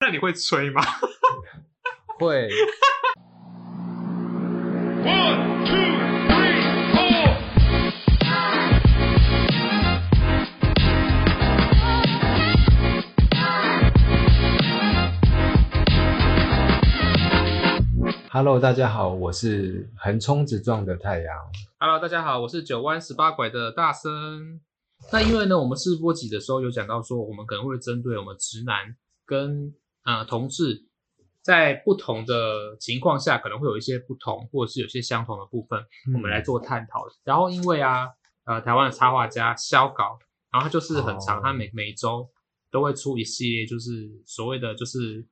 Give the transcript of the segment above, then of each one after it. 那你会吹吗？会 One, two, three, four. ，Hello，大家好，我是横冲直撞的太阳。 Hello，大家好，我是九弯十八拐的大森。那因为呢，我们试播集的时候有讲到说，我们可能会针对我们直男跟呃同志，在不同的情况下可能会有一些不同，或者是有些相同的部分，嗯我们来做探讨。然后因为啊，呃，台湾的插画家肖稿，然后他就是很长，哦他每每周都会出一系列，就是所谓的就是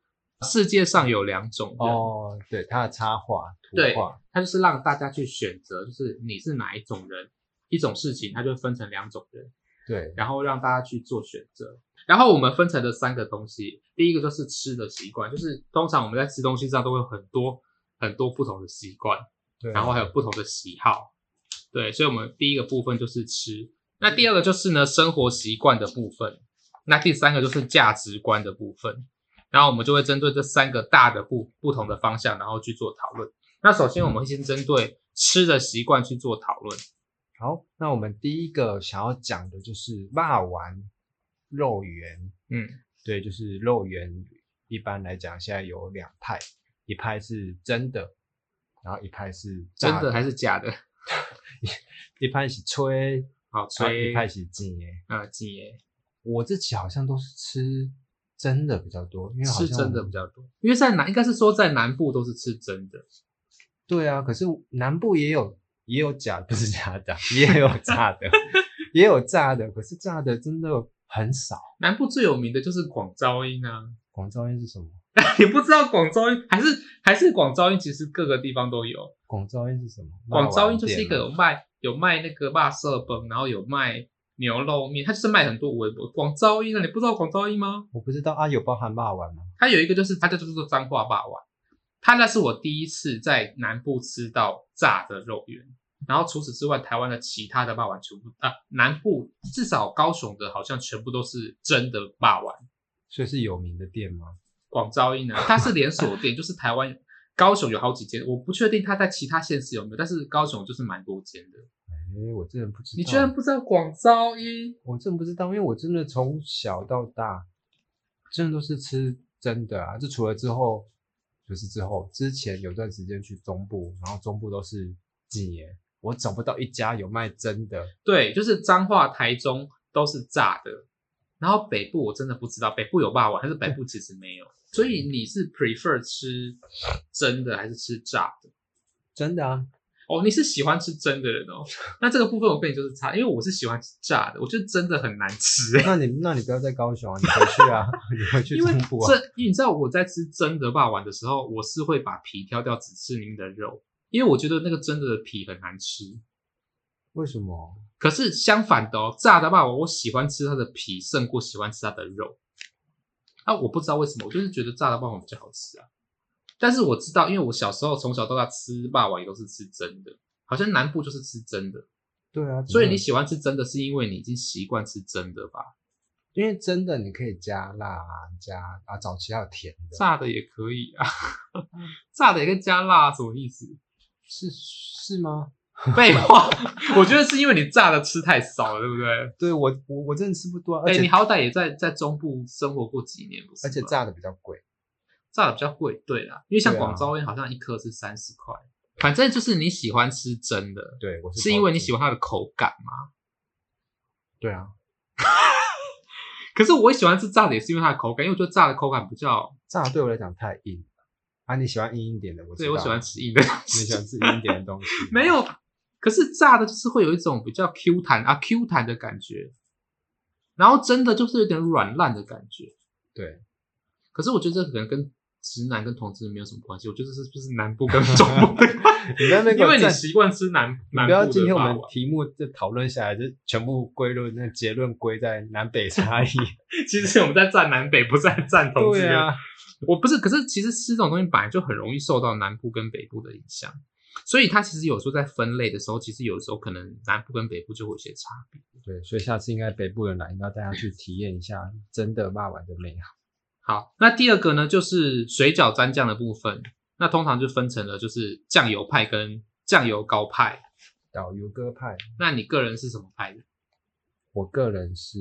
世界上有两种人，哦，对，他的插画、图对画，他就是让大家去选择，就是你是哪一种人，一种事情，他就分成两种人，对，然后让大家去做选择。然后我们分成了三个东西，第一个就是吃的习惯，就是通常我们在吃东西上都会有很多很多不同的习惯，对然后还有不同的喜好，对，所以我们第一个部分就是吃，那第二个就是呢生活习惯的部分，那第三个就是价值观的部分，然后我们就会针对这三个大的不不同的方向，然后去做讨论。那首先我们会先针对吃的习惯去做讨论，好，那我们第一个想要讲的就是辣丸肉圆，嗯，对，就是肉圆，一般来讲现在有两派，一派是真的，然后一派是真炸的还是假的？一派是吹，好然后一吹，派是煎耶。呃姐我自己好像都是吃真的比较多，因为好吃像真的我比较多，因为在南应该是说在南部都是吃真的，对啊，可是南部也有也有假， 不是假的，也有炸的， 也有炸的，可是炸的真的很少。南部最有名的就是广招音啊。广招音是什么？ 你不知道广招音还是还是广招音，其实各个地方都有。广招音是什么？广招音就是一个辣丸有卖有卖那个辣色崩，然后有卖牛肉面，它就是卖很多微博。广招音啊，你不知道广招音吗店吗，？我不知道啊，有包含辣丸吗？它有一个就是它就是做脏话霸王，它那是我第一次在南部吃到炸的肉圆。然后除此之外，台湾的其他的霸王全部啊，南部至少高雄的好像全部都是真的霸王。所以是有名的店吗？广招音呢，它是连锁店，就是台湾高雄有好几间，我不确定它在其他县市有没有，但是高雄就是蛮多间的。哎，我真的不知道。你居然不知道广招音？我真的不知道，因为我真的从小到大，真的都是吃真的啊。就除了之后，不是之后，之前有段时间去中部，然后中部都是几年，我找不到一家有卖真的。对，就是彰化、台中都是炸的，然后北部我真的不知道，北部有霸王，但是北部其实没有。所以你是 prefer 吃真的还是吃炸的？真的啊，哦，你是喜欢吃真的人哦。 那这个部分我跟你就是差，因为我是喜欢吃炸的，我觉得真的很难吃、欸。那你那你不要在高雄啊，你回去啊， 你回去因为中这部啊。，因为你知道我在吃真的霸王的时候，我是会把皮挑掉，只吃里面的肉，因为我觉得那个真的皮很难吃。为什么？可是相反的哦，炸的霸王我喜欢吃它的皮胜过喜欢吃它的肉。啊，我不知道为什么，我就是觉得炸的霸王比较好吃啊。但是我知道，因为我小时候从小到大吃霸王也都是吃真的，好像南部就是吃真的，对啊，所以你怎么喜欢吃真的是因为你已经习惯吃真的吧？因为真的你可以加辣啊，加啊，早期还有甜的，炸的也可以啊，嗯 炸的也跟加辣什么意思？是是吗？ 废话，我觉得是因为你炸的吃太少了，对不对？对我我我真的吃不多啊，而哎、且、你好歹也在在中部生活过几年，不是而吗？且炸的比较贵。炸的比较贵，对啦，因为像对啊广州烟好像一颗是三十块，反正就是你喜欢吃真的，对，啊我是是因为你喜欢。欢它的口感嘛。对啊，可是我喜欢吃炸的，也是因为它的口感，因为我觉得炸的口感比较，炸对我来讲太硬了啊！你喜欢硬一点的，我知对道啊我喜欢吃硬的东你喜西。欢吃硬一点的 ，东西没有，可是炸的就是会有一种比较 Q 弹啊 Q 弹的感觉，然后真的就是有点软烂的感觉。对，？可是我觉得这可能跟直男跟同志没有什么关系，我觉得这是不是南部跟中部的关系 你在那边 给因我为你站习惯吃南你南不要部今的天我霸们王，题目就讨论下来，就全部归论，那结论归在南北差异。其实我们在站南北，不是在站同志。对啊，我不是，可是其实吃这种东西本来就很容易受到南部跟北部的影响，所以它其实有时候在分类的时候，其实有时候可能南部跟北部就会有一些差别。对，所以下次应该北部人来，应该带他去体验一下真的骂完的美好。好，那第二个呢，就是水饺蘸酱的部分，那通常就分成了就是酱油派跟酱油膏派。导游哥派，那你个人是什么派的？我个人是，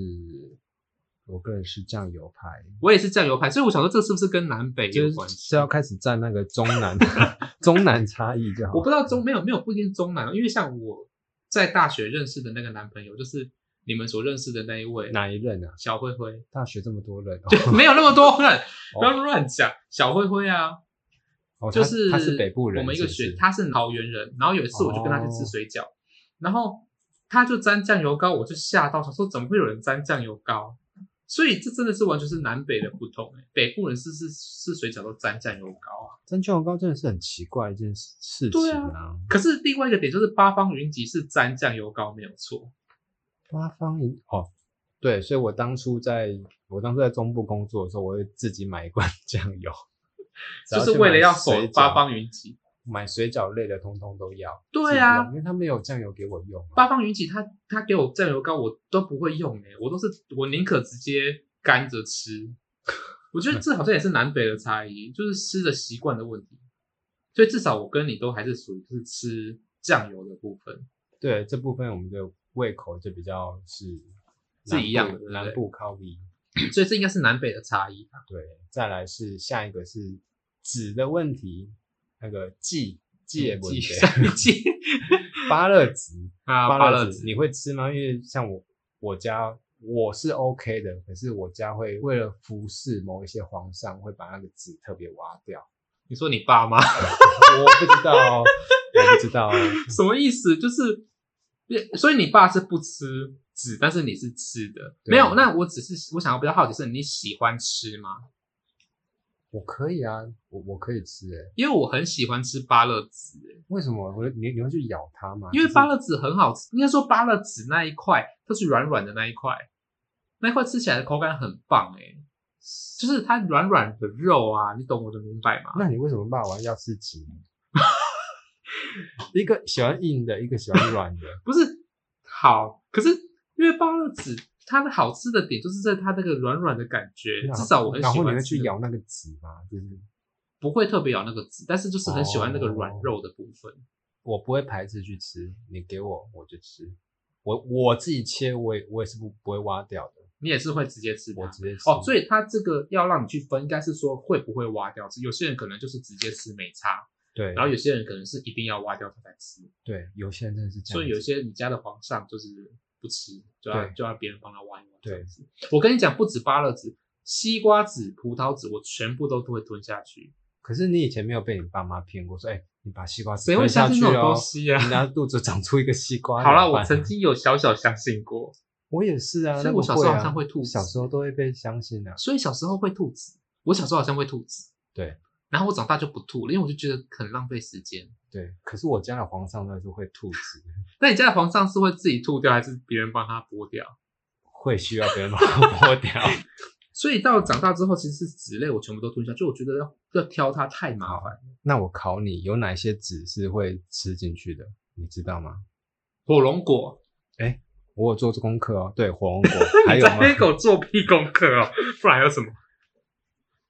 我个人是酱油派，我也是酱油派，所以我想说这是不是跟南北就有关是系？是要开始站那个中南 中南差异就好。我不知道中没有没有不一定中南，哦因为像我在大学认识的那个男朋友，就是你们所认识的那一位哪一任啊？小灰灰， 大学这么多人哦，就没有那么多人，不要乱讲。小灰灰啊，哦就他是他是北部人，我们一个是不学是，他是桃园人，然后有一次我就跟他去吃哦水饺，然后他就沾酱油膏，我就吓到，想说怎么会有人沾酱油膏？所以这真的是完全是南北的不同、欸，北部人是是是水饺都沾酱油膏啊。沾酱油膏真的是很奇怪一件事事对情啊啊。可是另外一个点就是八方云集是沾酱油膏没有错，八方云哦，对，所以我当初在我当初在中部工作的时候，我会自己买一罐 酱油，就只是去为买了要水守饺八方云集。买水饺类的，通通都要。对啊自己用因为他没有酱油给我用啊。八方云集他他给我酱油膏我都不会用哎、我都是我宁可直接干着吃。我觉得这好像也是南北的差异，就是吃的习惯的问题。所以至少我跟你都还是属于是吃酱油的部分。对这部分，我们的胃口就比较是是南一样部的对不对南部靠里。所以这应该是南北的差异吧？对，再来是下一个是纸的问题，那个记记也不记 对，记芭乐籽，啊，芭芭乐乐籽籽你会吃吗？因为像我我家我是 OK 的，可是我家会为了服侍某一些皇上，会把那个籽特别挖掉。 你说你爸妈我不知道哦，我不知道哦。 什么意思？就是，所以你爸是不吃籽，但是你是吃的。对没有，那我只是我想要比较好奇是你喜欢吃吗？我可以啊，我我可以吃诶、因为我很喜欢吃芭乐籽、欸为什么？我你你会去咬它吗？因为就是芭乐籽很好吃，应该说芭乐籽那一块，它是软软的那一块，那一块吃起来的口感很棒哎、就是它软软的肉啊，你懂我的明白吗？那你为什么骂完要吃鸡？ 一个喜欢硬的，一个喜欢软的。不是好，可是因为芭乐籽它的好吃的点就是在它那个软软的感觉，然后 至少我很啊然喜后你欢会吃去的，咬那个籽吗？就是不会特别咬那个籽，但是就是很喜欢那个软哦肉的部分。我不会排斥去吃，你给我我就吃。我我自己切，我也我也是不不会挖掉的，你也是会直接吃它我直接吃。哦，所以它这个要让你去分，应该是说会不会挖掉吃。有些人可能就是直接吃没差，对，然后有些人可能是一定要挖掉它才吃。对有些人真的是这样子，所以有些你家的皇上就是不吃，就要对就要别人帮他挖一挖。对这样子，我跟你讲，不止芭乐籽、西瓜籽、葡萄籽，我全部都会吞下去。可是你以前没有被你爸妈骗过，说哎、你把西瓜籽谁会吞相下信去这种哦东，西啊？人家肚子长出一个西瓜。好了，怎么我办曾经有小小相信过，我也是啊，所以那我个小时候啊好像会吐小时候都会被相信啊。所以小时候会吐籽。我小时候好像会吐籽，对。然后我长大就不吐了，因为我就觉得很浪费时间。对，可是我家的皇上那是会吐籽，那你家的皇上是会自己吐掉，还是别人帮他剥掉？会需要别人把它剥 掉。所以到长大之后，其实是籽类我全部都吞下去，我觉得要要挑它太麻烦了。那我考你，有哪些籽是会吃进去的？你知道吗？火龙果，我有做功课哦。对，火龙 果还你有在吗？黑狗做屁功课哦，不然还有什么？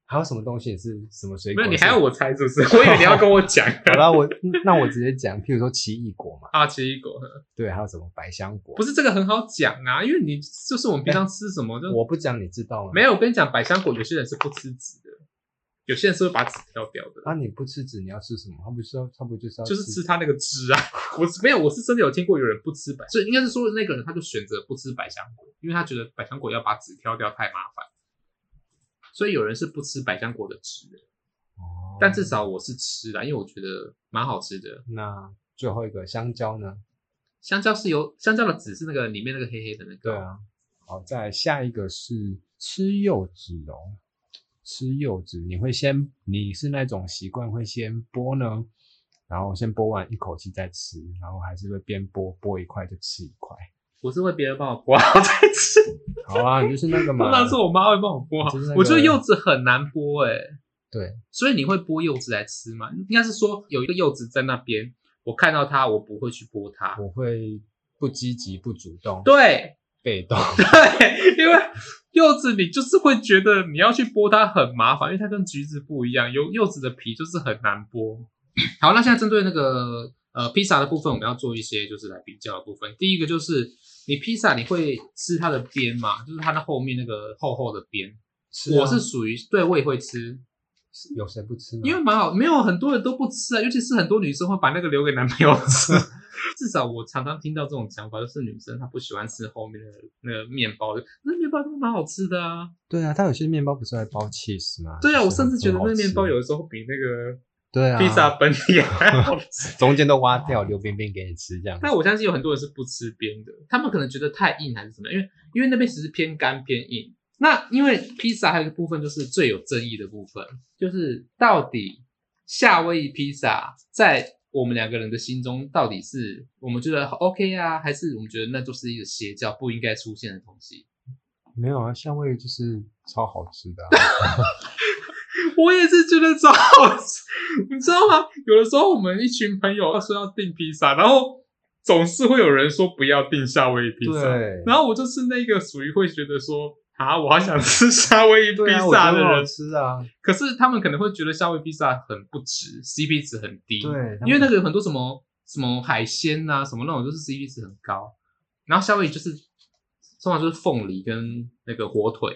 还有什么东西是什么水没果？有，你还要。我猜是不是？我以为你要跟我讲好了，我那我直接讲，譬如说奇异果嘛，啊，奇异果对，还有什么百香果？不是这个很好讲啊，因为你就是我们平常吃什么就我不讲，你知道吗？没有。我跟你讲，百香果有些人是不吃籽的，有些人是会把籽挑掉的，啊，你不吃籽，你要吃什么？他不是要，他不就是要就是吃它那个汁 啊。我是没有，我是真的有听过有人不吃百，所以应该是说那个人他就选择不吃百香果，因为他觉得百香果要把籽挑掉太麻烦，所以有人是不吃百香果的籽的。哦但至少我是吃啦，因为我觉得蛮好吃的。那最后一个香蕉呢？香蕉是由香蕉的籽是那个里面那个黑黑的那个，对，啊，好，再来下一个是吃柚子哦。吃柚子，你会先，你是那种习惯会先剥呢，然后先剥完一口气再吃，然后还是会边剥剥一块就吃一块。我是会别人帮我剥好再吃，好啊，你就是那个 嘛通。常是我妈会帮我剥好。就是那个我觉得柚子很难剥哎、对，所以你会剥柚子来吃吗？应该是说有一个柚子在那边，我看到它，我不会去剥它。我会不积极不主动。对， 被动。对，因为柚子你就是会觉得你要去剥它很麻烦，因为它跟橘子不一样，有柚子的皮就是很难剥。好，那现在针对那个呃披萨的部分，我们要做一些就是来比较的部分。第一个就是你披萨你会吃它的边嘛，就是它的后面那个厚厚的边。吃啊我是属于对我也会吃，有谁不吃吗？因为蛮好，没有很多人都不吃啊，尤其是很多女生会把那个留给男朋友吃。 至少我常常听到这种讲法，就是女生她不喜欢吃后面的那个面包，那面包都蛮好吃的啊。对啊，它有些面包不是还包 cheese 吗？对啊，我就是甚至觉得很好那面包吃有时候比那个对啊披萨本体还好吃。中间都挖掉，留边边给你吃这样。但我相信有很多人是不吃边的，他们可能觉得太硬还是怎么样，因为因为那边其实偏干偏硬。那因为披萨还有一个部分就是最有争议的部分，就是到底夏威夷披萨在我们两个人的心中到底是我们觉得 OK 啊，还是我们觉得那就是一个邪教不应该出现的东西？ 没有啊，夏威夷就是超好吃 的啊、我也是觉得超好吃，你知道吗？有的时候我们一群朋友说要订披萨，然后总是会有人说不要订夏威夷披萨，对然后我就是那个属于会觉得说啊，我好想吃夏威夷披对啊，我觉萨的得很好人，吃啊。可是他们可能会觉得夏威夷披萨很不值，CP 值很低，对，因为那个个有很多什么什么海鲜呐、什么那种就是 CP 值很高，然后夏威夷就是通常就是凤梨跟那个火腿。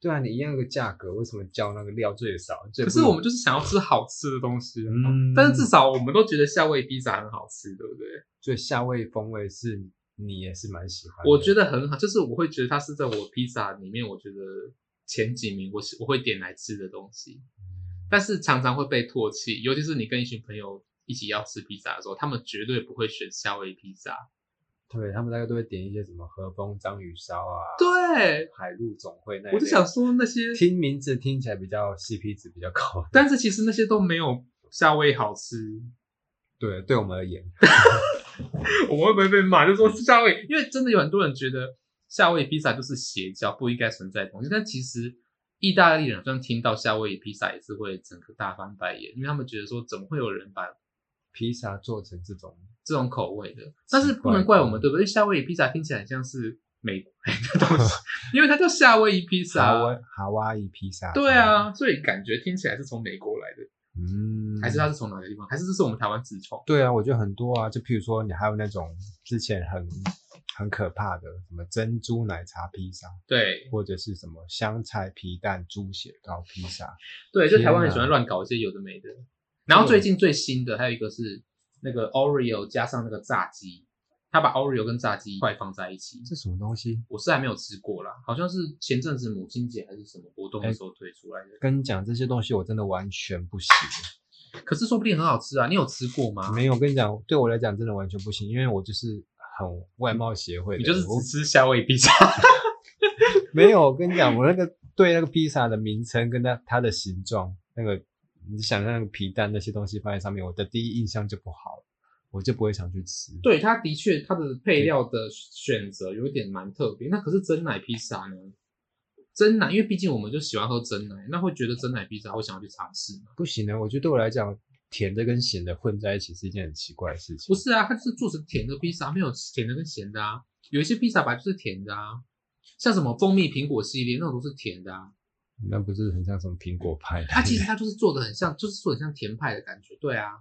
对啊，你一样的价格，为什么叫那个料最少？最可不是我们就是想要吃好吃的东西啊、嗯但是至少我们都觉得夏威夷披萨很好吃，对不对？所以夏威夷风味是你也是蛮喜欢的。我觉得很好，就是我会觉得它是在我披萨里面，我觉得前几名我是我会点来吃的东西，但是常常会被唾弃，尤其是你跟一群朋友一起要吃披萨的时候，他们绝对不会选夏威夷披萨。对他们大概都会点一些什么和风章鱼烧啊，对，海陆总会那一类。我就想说那些，听名字听起来比较 CP 值比较高。但是其实那些都没有夏威夷好吃。对，对我们而言， 我们会不会被骂？就说是夏威夷，因为真的有很多人觉得夏威夷披萨就是邪教，不应该存在的东西。但其实意大利人好像听到夏威夷披萨也是会整个大翻白眼，因为他们觉得说怎么会有人把披萨做成这种，这种口味的？但是不能怪我们，对不对？因为夏威夷披萨听起来很像是美国的东西，因为它叫夏威夷披萨夏啊。威夏威夷披萨。对，啊，所以感觉听起来是从美国来的，嗯，还是它是从哪个地方？还是这是我们台湾自创？对啊，我觉得很多啊，就譬如说，你还有那种之前很很可怕的，什么珍珠奶茶披萨，对或者是什么香菜皮蛋猪血糕披萨，对，就台湾天很哪嗯喜欢乱搞一些有的没的。然后最近最新的还有一个是那个 Oreo 加上那个炸鸡，他把 Oreo 跟炸鸡块放在一起。这什么东西？我是还没有吃过啦，好像是前阵子母亲节还是什么活哎动的时候推出来的。跟你讲这些东西，我真的完全不行。可是说不定很好吃啊，你有吃过吗？没有，我跟你讲，对我来讲真的完全不行，因为我就是很外貌协会的你人，就是我只吃夏威夷披 萨。没有。我跟你讲，我那个对那个披萨的名称跟它它的形状，那个你想象那个皮蛋那些东西放在上面，我的第一印象就不好，我就不会想去吃。对，它的确它的配料的选择有一点蛮特别。那可是真奶披萨呢？真奶，因为毕竟我们就喜欢喝真奶，那会觉得真奶披萨会想要去尝试吗？不行啊的，我觉得对我来讲，甜的跟咸的混在一起是一件很奇怪的事情。不是啊，它是做成甜的披萨，没有甜的跟咸的啊。有一些披萨本来就是甜的啊，像什么蜂蜜苹果系列那种都是甜的啊。那不是很像什么苹果派？它、其实它就是做的很像，就是做的像甜派的感觉，对啊。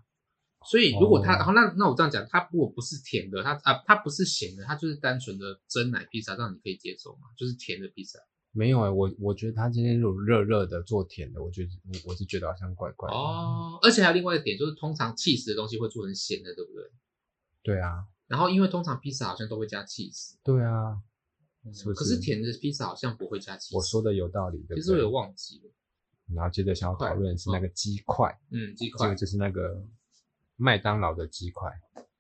所以如果它，哦好、那那我这样讲，它如果不是甜的，它啊它不是咸的，它就是单纯的真奶披萨，让你可以接受嘛，就是甜的披萨。 没有哎、我我觉得他今天如果热热的做甜的，我觉得我我是觉得好像怪怪的。，哦，而且还有另外一个点就是，通常 cheese 的东西会做成咸的，对不对？对啊，然后因为通常披萨好像都会加 cheese，对啊，是不可是是甜的披萨好像不会加 cheese。我说的有道理，对其不实我有对？忘记了。然后接着想要讨论的是那个鸡块，嗯，鸡这块个就是那个麦当劳的鸡块。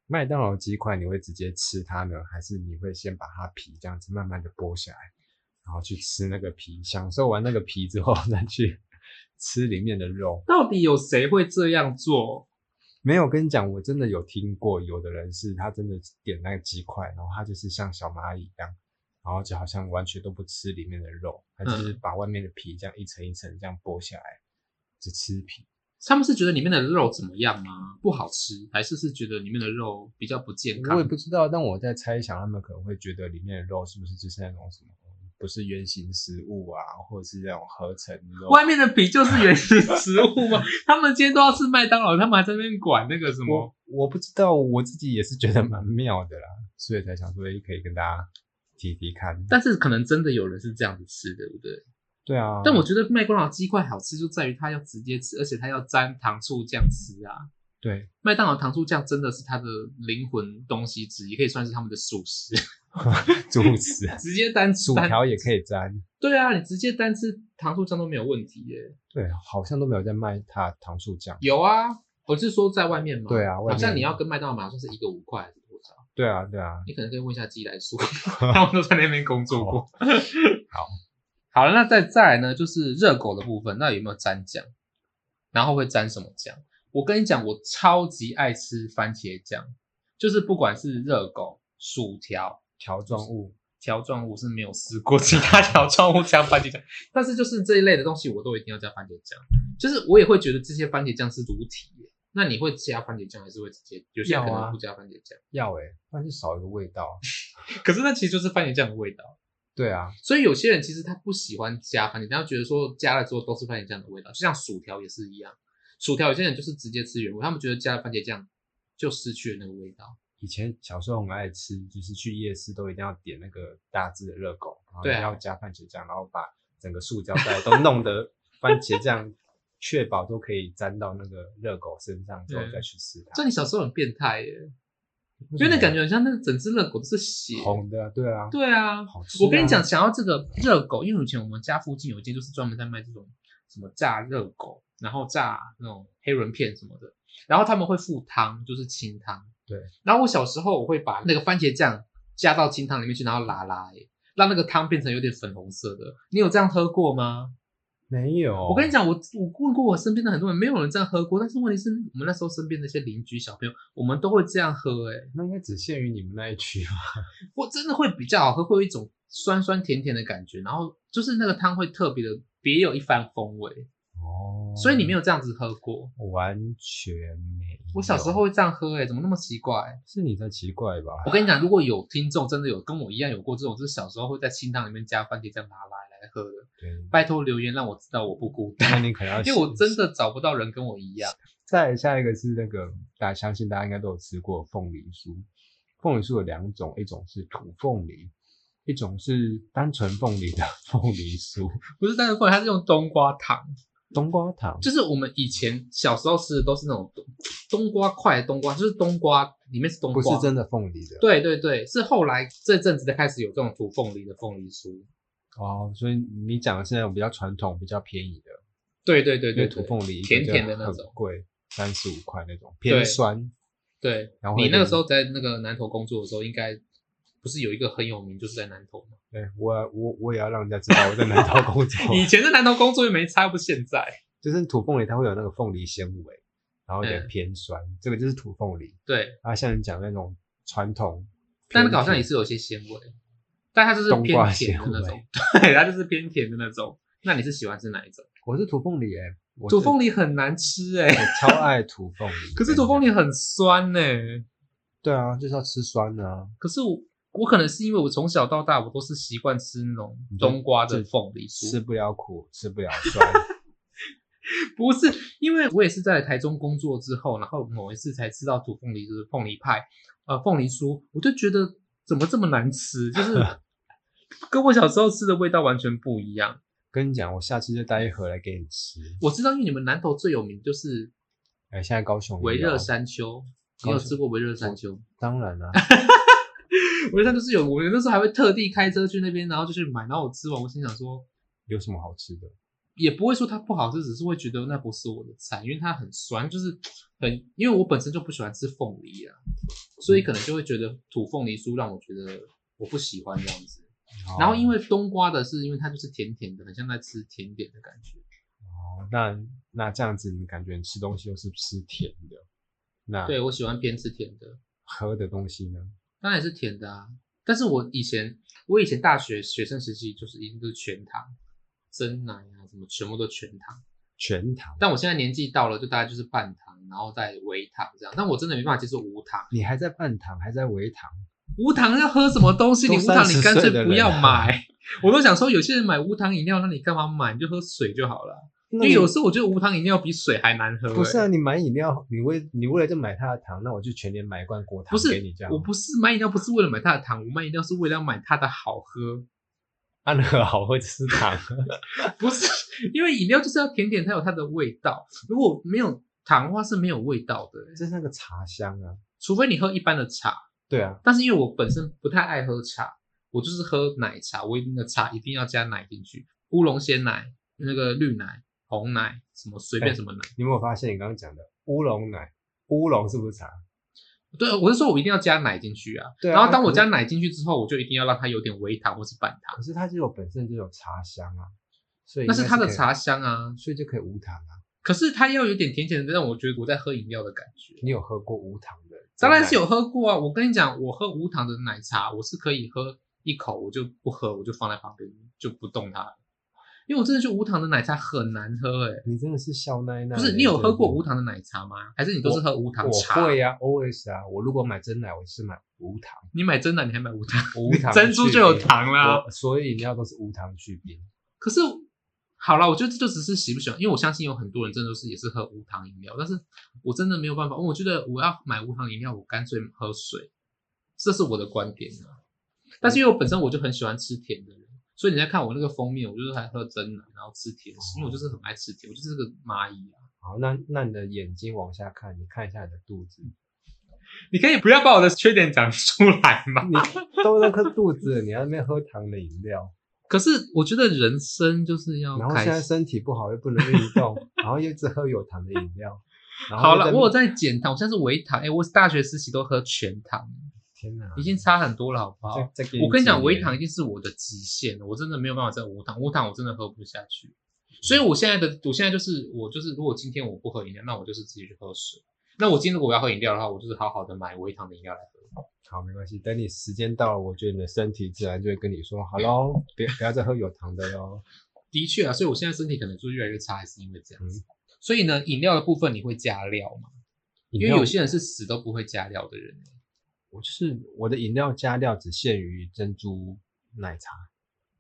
麦当劳鸡块你会直接吃它呢，还是你会先把它皮这样子慢慢的剥下来，然后去吃那个皮，享受完那个皮之后 再去吃里面的肉？到底有谁会这样做？没有跟你讲，我真的有听过，有的人是他真的点那个鸡块，然后他就是像小蚂蚁一样，然后就好像完全都不吃里面的肉，他就是把外面的皮这样一层一层这样剥下来，只吃皮。他们是觉得里面的肉怎么样吗？不好吃，还是是觉得里面的肉比较不健我康也？不知道，但我在猜想，他们可能会觉得里面的肉是不是就是那种什么，不是原型食物啊，或者是那种合成肉。外面的皮就是原始食物吗？ 他们今天都要吃麦当劳，他们还在那边管那个什么我？我不知道，我自己也是觉得蛮妙的啦，所以才想说，诶可以跟大家提提看。但是可能真的有人是这样子吃的，对不对？对啊，但我觉得麦当劳鸡块好吃就在于它要直接吃，而且它要沾糖醋酱吃啊。对， 麦当劳糖醋酱真的是它的灵魂东西之一，可以算是他们的主食，主食、 直接单吃薯单条也可以沾。对啊，你直接单吃糖醋酱都没有问题耶。对，好像都没有在卖它糖醋酱。有啊，我是说在外面嘛。对啊外面好像你要跟麦当劳买，好像是一个五块还是多少？对啊，对啊，你可能可以问一下鸡来 说，他们都在那边工作过。哦好，好了，那再再来呢，就是热狗的部分，那有没有沾酱？然后会沾什么酱？我跟你讲，我超级爱吃番茄酱，就是不管是热狗、薯条、条状物。条状物是没有试过 其他条状物加番茄酱，但是就是这一类的东西，我都一定要加番茄酱。就是我也会觉得这些番茄酱是主体耶。那你会加番茄酱，还是会直接？有些人可要能啊不加番茄酱，要诶、但是少一个味道。可是那其实就是番茄酱的味道。对啊，所以有些人其实他不喜欢加番茄酱，他觉得说加了之后都是番茄酱的味道，就像薯条也是一样。薯条有些人就是直接吃原味，他们觉得加了番茄酱就失去了那个味道。以前小时候很爱吃，就是去夜市都一定要点那个大只的热狗，然后对啊要加番茄酱，然后把整个塑胶袋都弄 得番茄酱，确保都可以沾到那个热狗身上之后对再去吃它。这你小时候很变态耶，因因为那感觉很像那整只热狗都是血。红的，对啊，对啊，好吃啊我跟你讲，想要这个热狗，因为以前我们家附近有一间就是专门在卖这种什么炸热狗，然后炸那种黑人片什么的，然后他们会附汤，就是清汤。对。然后我小时候我会把那个番茄酱加到清汤里面去，然后拉拉、欸，让那个汤变成有点粉红色的。你有这样喝过哦吗？没有。我跟你讲，我我问过我身边的很多人，没有人这样喝过。但是问题是我们那时候身边的一些邻居小朋友，我们都会这样喝、欸，哎，那应该只限于你们那一区 吧？我真的会比较好喝，会有一种酸酸甜甜的感觉，然后就是那个汤会特别的别有一番风味，哦所以你没有这样子喝过。完全没有。我小时候会这样喝、欸，哎，怎么那么奇怪、是你在奇怪吧？我跟你讲，如果有听众真的有跟我一样有过这种，就是小时候会在清汤里面加番茄酱拿来来喝的，对，拜托留言让我知道我不孤那单，你可能要因为我真的找不到人跟我一样。再下一个是那个大家相信大家应该都有吃过凤梨酥。凤梨酥有两种，一种是土凤梨，一种是单纯凤梨的 凤梨酥。不是单纯凤梨，它是用冬瓜糖，冬瓜糖就是我们以前小时候吃的都是那种冬冬瓜块的冬瓜，就是冬瓜里面是冬瓜，不是真的凤梨的对对对，是后来这阵子才开始有这种土凤梨的凤梨酥。哦，所以你讲的是那种比较传统、比较便宜的，对对对因为对土对，凤梨一个甜就甜的那很种。贵，三十五块那种，对偏酸。对，然后你会那个跟时候在那个南投工作的时候，应该不是有一个很有名，就是在南投吗？，对我我我也要让人家知道我在南投工 作以前在南投工作又没差，又不是现在。就是土凤梨它会有那个凤梨纤维，然后有点嗯偏酸，这个就是土凤梨。对，啊，像你讲那种传统，但那个好像也是有些纤维，但它就是冬偏瓜甜的纤那维种，对，它就是偏甜的那种。那你是喜欢吃哪一种？我是土凤梨哎、我土是凤梨很难吃哎、，我超爱土凤梨 可是土凤梨真的很酸哎、对啊，就是要吃酸的啊，可是我我可能是因为我从小到大我都是习惯吃那种冬瓜的凤梨酥，吃不了苦，吃不了酸，不是，因为我也是在台中工作之后，然后某一次才吃到土凤梨，就是凤梨派，呃，凤梨酥，我就觉得怎么这么难吃，就是跟我小时候吃的味道完全不一样。跟你讲，我下次就带一盒来给你吃。我知道，因为你们南投最有名就是哎、现在高雄也维有热，山丘，你有吃过维热山丘？当然啦、维热山丘是有，我那时候还会特地开车去那边，然后就去买，然后我吃完，我心想说。有什么好吃的？也不会说它不好吃，只是会觉得那不是我的菜，因为它很酸，就是很，因为我本身就不喜欢吃凤梨啊，所以可能就会觉得土凤梨酥让我觉得我不喜欢这样子。然后因为为冬瓜的是，因为它就是甜甜的，很像在吃甜点的感觉。哦，那那这样子，你感觉你吃东西又是吃甜的，那对我喜欢偏吃甜的，喝的东西呢？当然也是甜的啊。但是我以前我以前大学学生时期就是一定都是全糖，真奶啊什么全部都全糖，全糖，但我现在年纪到了，就大概就是半糖，然后再微糖这样。但我真的没办法接受无糖，你还在半糖，还在微糖，无糖要喝什么东西？都你无糖你30干脆岁的不人啊要了买。 我都想说，有些人买无糖饮料，那你干嘛买？你就喝水就好了。因那为你有时候我觉得无糖饮料比水还难喝、不是啊，欸你买饮料，你为你为了就买它的糖，那我就全年买一罐果糖不是给你这样我。不是买饮料，不是为了买它的糖，我买饮料是为了要买它的好喝。 安和好会吃糖，啊 不是，因为饮料就是要甜点，它有它的味道。如果没有糖的话是没有味道的、欸就是那个茶香啊。除非你喝一般的茶。对啊，但是因为我本身不太爱喝茶，我就是喝奶茶，我一定的茶一定要加奶进去，乌龙鲜奶、那个绿奶、红奶，什么随便哎什么奶。你有没有发现你刚刚讲的乌龙奶？乌龙是不是茶？对，我是说我一定要加奶进去啊。对啊然后当我可是加奶进去之后，我就一定要让它有点微糖或是半糖，可是它就有本身就有茶香啊，所以那是应该它的可以，茶香啊。所以就可以无糖啊。可是它要有点甜甜的，让我觉得我在喝饮料的感觉。你有喝过无糖的？当然是有。喝过啊！我跟你讲，我喝无糖的奶茶，我是可以喝一口，我就不喝，我就放在旁边就不动它了，因为我真的觉得无糖的奶茶很难喝哎、你真的是笑奶奶。欸不是你嗯有喝过无？糖的奶茶吗？还是你都是喝无糖茶？我会啊，always 啊。我如果买真奶，我是买无糖。你买真奶你还买无糖？欸无 糖珍珠就有糖啊啦。我所以饮料都是无糖去冰。可是好啦，我觉得这就只是喜不喜欢，因为我相信有很多人真的都是也是喝无糖饮料，但是我真的没有办法，因为我觉得我要买无糖饮料，我干脆喝水，这是我的观点啊。但是因为我本身我就很喜欢吃甜的人，所以你在看我那个封面，我就是还喝真奶，然后吃甜食，因为我就是很爱吃甜，我就是个蚂蚁啊。好，那那你的眼睛往下看，你看一下你的肚子，你可以不要把我的缺点讲出来吗？你都那颗肚子了，你还在那边喝糖的饮 料，可是我觉得人生就是要然后开现在心。身体不好又不能运动，然后又一直喝有糖的饮料，然后好又了，那我有边在减糖，我现在是微糖，哎、我大学时期都喝全糖，天哪，已经差很多了，好不好？再再给我跟你讲，几微年糖已经是我的极限了，我真的没有办法再无糖，无糖我真的喝不下去。所以我现在的，我现在就是我就是，如果今天我不喝饮料，那我就是自己去喝水。那我今天如果我要喝饮料的话，我就是好好的买微糖的饮料来喝。好没关系，等你时间到了，我觉得你的身体自然就会跟你说，好喽，别不要再喝有糖的喽。的确啊，所以我现在身体可能就越来越差，还是因为这样子。所以呢，饮料的部分你会加料吗？嗯饮因为料有些人是死都不会加料的人。欸我就是我的饮料加料只限于珍珠奶茶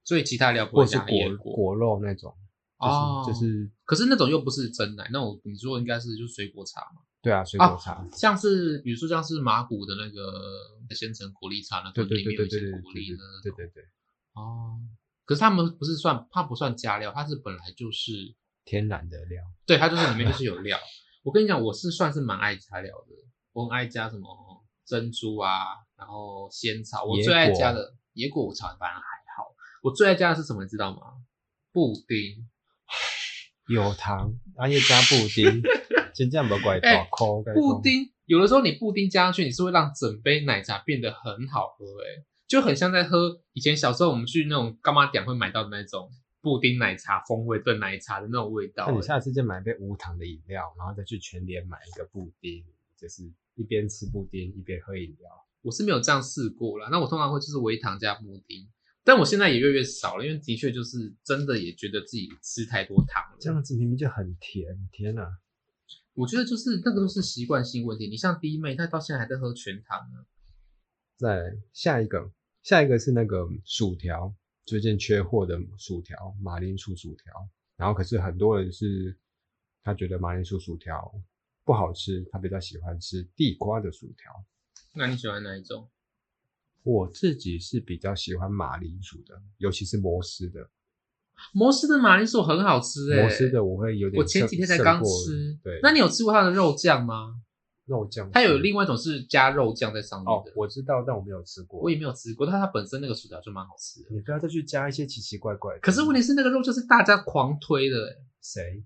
所以其他料不或会是加椰果果肉那种，就是、哦，就是可是那种又不是真奶，那我你说应该是就是水果茶嘛，对啊，水啊果茶。像是比如说像是马古的那个鲜橙果粒茶，那对个对里对面有对一对些对果粒的那对种对对，哦。可是他们不是算，它不算加料，它是本来就是，天然的料。对，它就是里面就是有料。我跟你讲，我是算是蛮爱加料的，我很爱加什么珍珠啊，然后仙草，我野最爱果加的野果我炒反而还好，我最爱加的是什么，你知道吗？布丁。有糖，啊又加布 丁，真正无怪大口。哎布丁有的时候你布丁加上去，你是会让整杯奶茶变得很好喝、欸，就很像在喝以前小时候我们去那种干妈店会买到的那种布丁奶茶风味炖奶茶的那种味道、那你欸。下次就买一杯无糖的饮料，然后再去全联买一个布丁，就是一边吃布丁一边喝饮料。我是没有这样试过啦，那我通常会就是微糖加布丁，但我现在也越来越少了，因为的确就是真的也觉得自己吃太多糖了。这样子明明就很甜，天哪、我觉得就是那个都是习惯性问题。你像弟妹，她到现在还在喝全糖啊，再来下一个，下一个是那个薯条，最近缺货的薯条，马铃薯薯条。然后可是很多人是，他觉得马铃薯薯条不好吃，他比较喜欢吃地瓜的薯条。那你喜欢哪一种？我自己是比较喜欢马铃薯的，尤其是摩斯的。摩斯的马铃薯很好吃哎、摩斯的我会有点我前胜几天才刚吃胜。过对，那你有吃过它的肉酱吗？肉酱它有是另外一种是加肉酱在上面哦的，，我知道，但我没有吃过。我也没有吃过，但它本身那个薯条就蛮好吃的。你不要再去加一些奇奇怪怪的。可是问题是那个肉就是大家狂推的、欸，谁？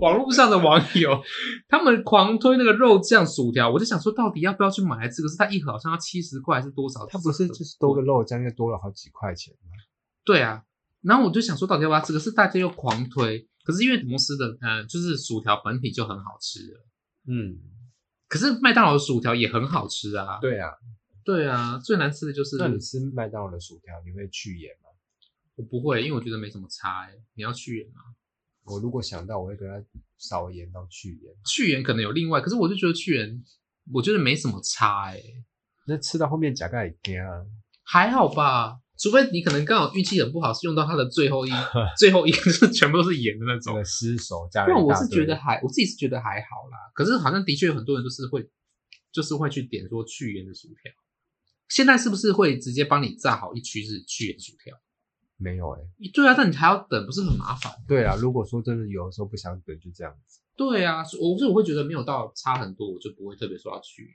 网络上的网友他们狂推那个肉酱薯条，我就想说到底要不要去买来吃？可是它一盒好像要七十块还是多少？它不是很就是多贵个肉酱又多了好几块钱吗？对啊，然后我就想说到底要不要吃，可是大家又狂推。可是因为摩斯的呃就是薯条本体就很好吃了，嗯，可是麦当劳的薯条也很好吃啊。对啊。对啊，最难吃的就是那你吃麦当劳的薯条，你会去盐吗？欸我不会，因为我觉得没什么差哎、你要去盐吗？我如果想到，我会给他少盐到去盐。去盐可能有另外，可是我就觉得去盐，我觉得没什么差哎、那吃到后面甲盖干啊，还好吧。除非你可能刚好运气很不好，是用到它的最 后一最后一个是 全部都是盐的那这种个，失手加不了然一我大是堆觉得还我自己是觉得还好啦。可是好像的确有很多人就是会就是会去点说去盐的薯条，现在是不是会直接帮你炸好一区是去盐薯条？没有哎、对啊，但你还要等，不是很麻烦？对啊，如果说真的有的时候不想等，就这样子。对啊，所以我所以我会觉得没有到差很多，我就不会特别说要去盐。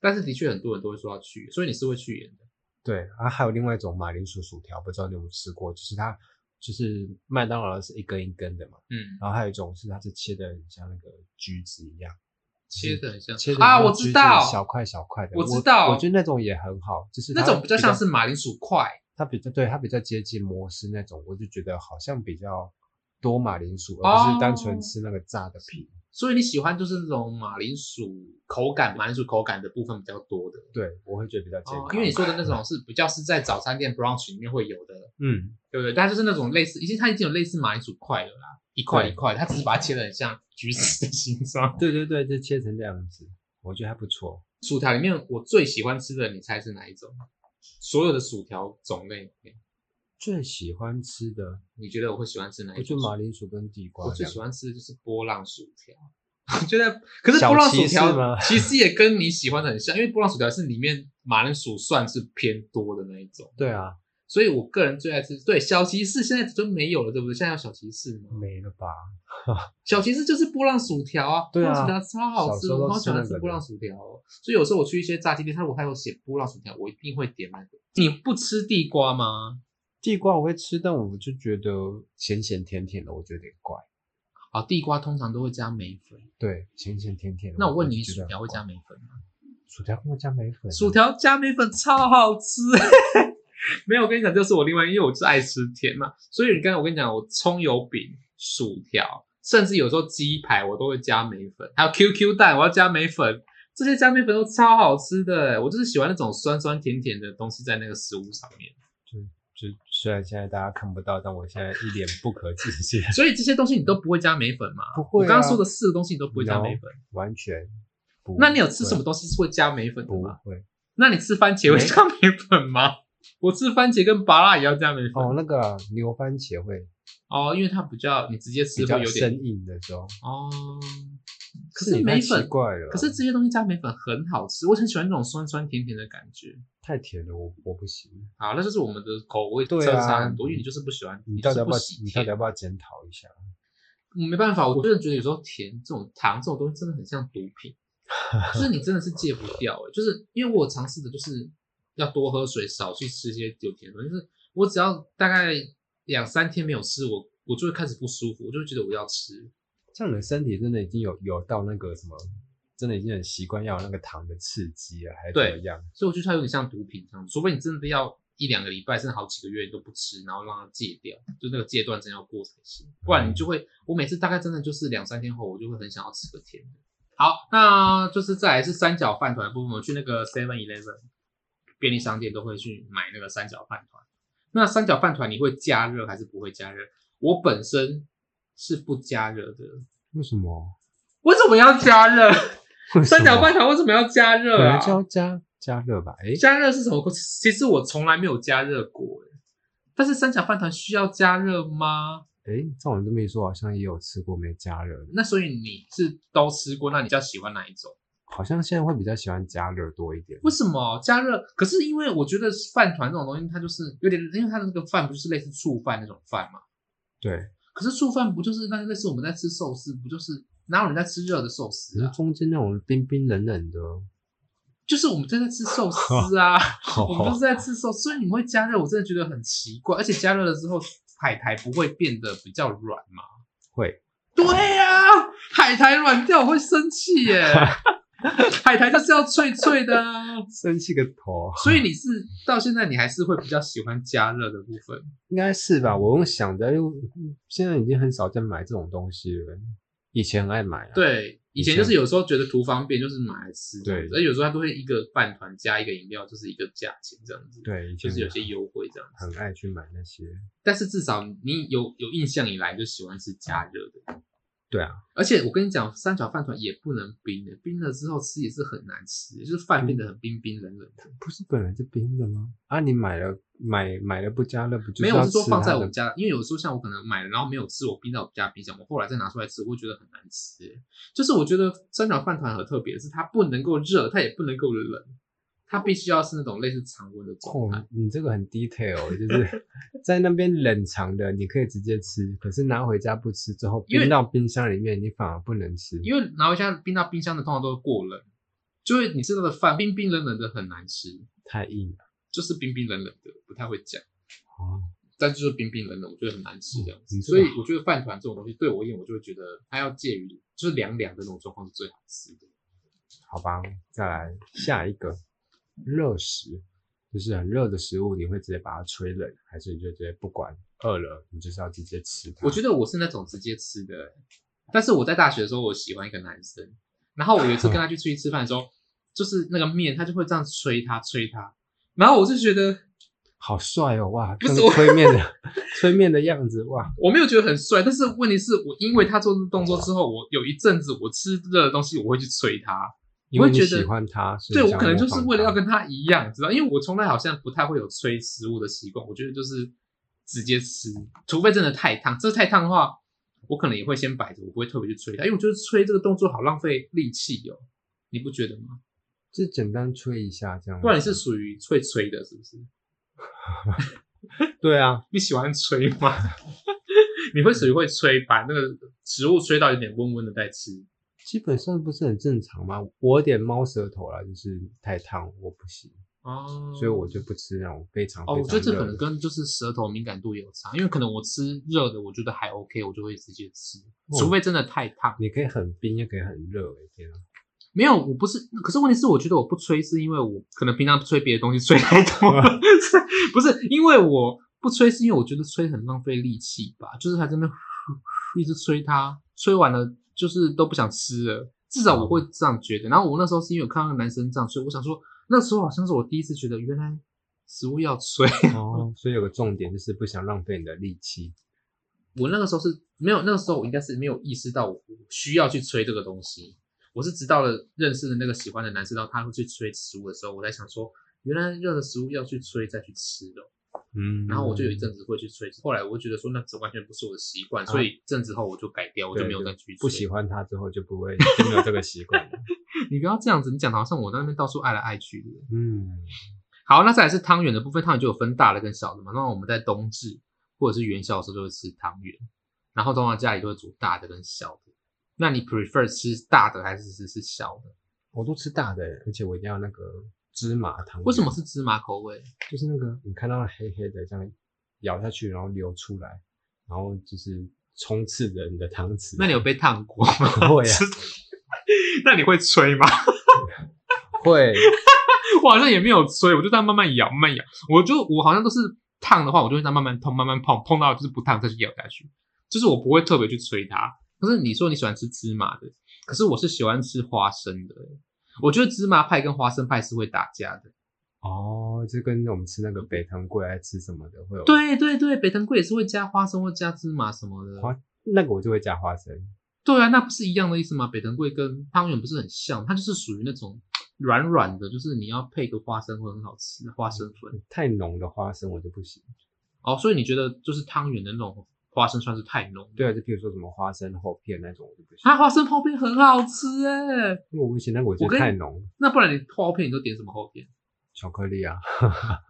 但是的确很多人都会说要去盐，所以你是会去盐的。对啊，还有另外一种马铃薯薯条，不知道你有没有吃过，就是它就是麦当劳是一根一根的嘛，嗯，然后还有一种是它是切的很像那个橘子一样，切的很像切的啊，我知道，小块小块的，我我知道我觉得那种也很好，就是那它种比较像比是马铃薯块，它比较对它比较接近摩斯那种，我就觉得好像比较多马铃薯，而不是单哦纯吃那个炸的皮。所以你喜欢就是那种马铃薯口感，马铃薯口感的部分比较多的。对，我会觉得比较健哦康，，因为你说的那种是比较是在早餐店 brunch 里面会有的，嗯，对不对？它就是那种类似，已经它已经有类似马铃薯块了啦，一块对一块，它只是把它切的很像橘子的形状。对对对，就切成这样子，我觉得还不错。薯条里面我最喜欢吃的，你猜是哪一种？所有的薯条种类里面，最喜欢吃的，你觉得我会喜欢吃哪我一就种？马铃薯跟地瓜我这最样喜。欢吃的就是波浪薯条。 我觉得，可是小波浪薯骑士条吗其实也跟你喜欢的很像，因为波浪薯条是里面马铃薯算是偏多的那一种，对啊，所以我个人最爱吃。对，小骑士现在就没有了，对不对？现在有小骑士吗？没了吧？小骑士就是波浪薯条啊，对啊波浪薯条超好吃，小时候都我好喜欢吃那吃个波浪薯条、哦。所以有时候我去一些炸鸡店，他如果他有写波浪薯条，我一定会点那个。你不吃地瓜吗？地瓜我会吃，但我就觉得咸咸甜甜的，我觉得有点怪。啊，地瓜通常都会加梅粉。对，咸咸甜甜的。那我问你，你就觉薯得条会很加怪？梅粉吗？薯条会加梅粉啊、薯条加梅粉超好吃。 没有，我跟你讲，就是我另外，因为我是爱吃甜嘛，所以你刚才我跟你讲，我葱油饼、薯条，甚至有时候鸡排我都会加梅粉，还有 QQ 蛋我要加梅粉，这些加梅粉都超好吃的。我就是喜欢那种酸酸甜甜的东西在那个食物上面，就虽然现在大家看不到，但我现在一脸不可置信， 所以这些东西你都不会加梅粉嘛？不会啊我刚刚说的四个东西你都不会加梅粉。完全不。那你有吃什么？东西是会加梅粉的不吗？会那你吃番茄会加梅粉吗？我吃番茄跟拔辣也要加梅粉。哦，那个啊牛番茄会哦，因为它比较你直接吃比会较有点生硬的时候，哦。可你是太梅奇粉，怪了，可是这些东西加梅粉很好吃，我很喜欢那种酸酸甜甜的感觉。太甜了，我我不行。好，那就是我们的口味对啊真的差很多，因为你就是不喜欢，你到就底是要不不要？喜你到底甜。要不要检讨一下？我没办法，我真的觉得有时候甜这种糖这种东西真的很像毒 品，就是你真的是戒不掉、欸。就是因为我尝试的就是要多喝水，少去吃一些有甜的东西。就是我只要大概两三天没有吃，我我就会开始不舒服，我就会觉得我要吃。这样你的身体真的已经有有到那个什么，真的已经很习惯要有那个糖的刺激了，还是怎么对样？所以我觉得它有点像毒品这样，除非你真的要一两个礼拜，甚至好几个月你都不吃，然后让它戒掉，就那个戒断真要过才行，不然你就会，我每次大概真的就是两三天后，我就会很想要吃个甜的。好，那就是再来是三角饭团的部分，我去那个 Seven Eleven 便利商店都会去买那个三角饭团。那三角饭团你会加热还是不会加热？我本身是不加热的，为什么？为什么要加热？为什三角么饭团为什么要加热本啊来？就要加加热吧？哎，加热是什么？其实我从来没有加热过，欸但是三角饭团需要加热吗？哎，照你这么一说，好像也有吃过没加热的，那所以你是都吃过，那你比较喜欢哪一种？好像现在会比较喜欢加热多一点。为什么加热？可是因为我觉得饭团这种东西，它就是有点，因为它的那个饭不就是类似醋饭那种饭嘛？对，可是醋饭不就是那类似我们在吃寿司，不就是哪有人在吃热的寿只司是啊？中间那种冰冰冷 冷的，就是我们正在吃寿司啊，我们就哦好是在吃寿司，所以你会加热，我真的觉得很奇怪。而且加热了之后，海苔不会变得比较软吗？会对呀、海苔软掉我会生气 耶。海苔它是要脆脆的啊，生气个头，所以你是到现在你还是会比较喜欢加热的部分。应该是吧？我用想着，又现在已经很少在买这种东西了。以前很爱买啊，，对，以前以前就是有时候觉得图方便，就是买来吃。对而有时候它都会一个饭团加一个饮料，就是一个价钱这样子。，对，以就前是有些优惠这样子。很爱去买那些，但是至少你有有印象以来就喜欢吃加热的，对啊，而且我跟你讲，三角饭团也不能冰的，冰了之后吃也是很难吃，就是饭变得很冰冰冷冷的。不是本来就冰的吗？啊，你买了买买了不加热，不就是没有，我要是说吃放它在我的们家，因为有时候像我可能买了，然后没有吃，我冰到我家冰箱，我后来再拿出来吃，我会觉得很难吃。就是我觉得三角饭团很特别，是它不能够热，它也不能够冷，它必须要是那种类似常温的状态。哦，你这个很 detail，就是 在那边冷藏的，你可以直接吃，可是拿回家不吃之后，因为冰到冰箱里面，你反而不能吃。因为拿回家冰到冰箱的，通常都会过冷，就会你吃到的饭冰冰冷冷的很难吃，太硬了。就是冰冰冷冷的，不太会讲。哦，但就是冰冰冷冷，我觉得很难吃这样子。嗯所以我觉得饭团这种东西对我而言，我就会觉得它要介于就是凉凉的那种状况是最好吃的。好吧，再来下一个热食，就是很热的食物，你会直接把它吹冷，还是你就直接不管饿了，你就是要直接吃它？我觉得我是那种直接吃的欸、但是我在大学的时候，我喜欢一个男生，然后我有一次跟他去出去吃饭的时候，就是那个面他就会这样吹他吹他，然后我就觉得好帅哦，哇，不那是个我吹面的 吹面的样子，哇，我没有觉得很帅，但是问题是我因为他做这个动作之后，我有一阵子我吃热的东西我会去吹他，因我为会你觉得喜欢它，所以对你我想可能就模是仿为了它要跟他一样，知道？因为我从来好像不太会有吹食物的习惯，我觉得就是直接吃，除非真的太烫。这太烫的话，我可能也会先摆着，我不会特别去吹它，因为我觉得吹这个动作好浪费力气哦，你不觉得吗？就简单吹一下这样子。不然你是属于会吹的，是不是？对啊，你喜欢吹吗？ 你会属于会吹，把那个食物吹到有点温温的再吃。基本上不是很正常吗？我有点猫舌头啦，就是太烫我不行，哦所以我就不吃那种非常哦，非我觉得常这可热能的。跟就是舌头敏感度也有差，因为可能我吃热的，我觉得还 OK，我就会直接吃，哦除非真的太烫。你可以很冰，也可以很热、欸，天啊！没有，我不是，可是问题是，我觉得我不吹是因为我可能平常吹别的东西吹太多了， 不是因为我不吹，是因为我觉得吹很浪费力气吧，就是还在那边一直吹它，吹完了就是都不想吃了，至少我会哦这样觉得。然后我那时候是因为有看到那个男生这样吹，我想说那时候好像是我第一次觉得原来食物要吹。哦，所以有个重点就是不想浪费你的力气。我那个时候是没有，那个时候我应该是没有意识到我需要去吹这个东西。我是直到了认识的那个喜欢的男生，到他会去吹食物的时候，我才想说，原来热的食物要去吹再去吃的。嗯，然后我就有一阵子会去吹，后来我就觉得说，那这完全不是我的习惯，所以阵子后我就改掉，我就对没有就再去吹。不喜欢它之后就不 会就没有这个习惯了。你不要这样子，你讲的好像我在那边到处爱来爱去的。嗯，好，那再来是汤圆的部分，汤圆就有分大的跟小的嘛。那我们在冬至或者是元宵的时候就会吃汤圆，然后通常家里就会煮大的跟小的。那你 prefer 吃大的还是吃吃小的？我都吃大的欸、而且我一定要那个芝麻糖。为什么？是芝麻口味？就是那个你看到黑黑的这样咬下去，然后流出来，然后就是充斥着你的汤匙。那你有被烫过吗？ 会啊吃 那你会吹吗？会？ 我好像也没有吹，我就这样慢慢咬，慢慢咬。我就我好像都是烫的话，我就会这样慢慢碰，慢慢碰，碰到就是不烫再去咬下去。就是我不会特别去吹它。可是你说你喜欢吃芝麻的，可是我是喜欢吃花生的。欸我觉得芝麻派跟花生派是会打架的。 哦，就跟我们吃那个北藤贵爱吃什么的会有，对对对，北藤贵也是会加花生或加芝麻什么的。花那个我就会加花生，对啊，那不是一样的意思吗？北藤贵跟汤圆不是很像，它就是属于那种软软的，就是你要配个花生会很好吃，花生粉。太浓的花生我就不行。哦，所以你觉得就是汤圆的那种花生算是太浓了？对啊，就比如说什么花生厚片那种我就不行，啊，花生泡面很好吃哎。因为我不行，那个我觉我跟得你太浓，那不然你泡面你都点什么厚片？巧克力啊，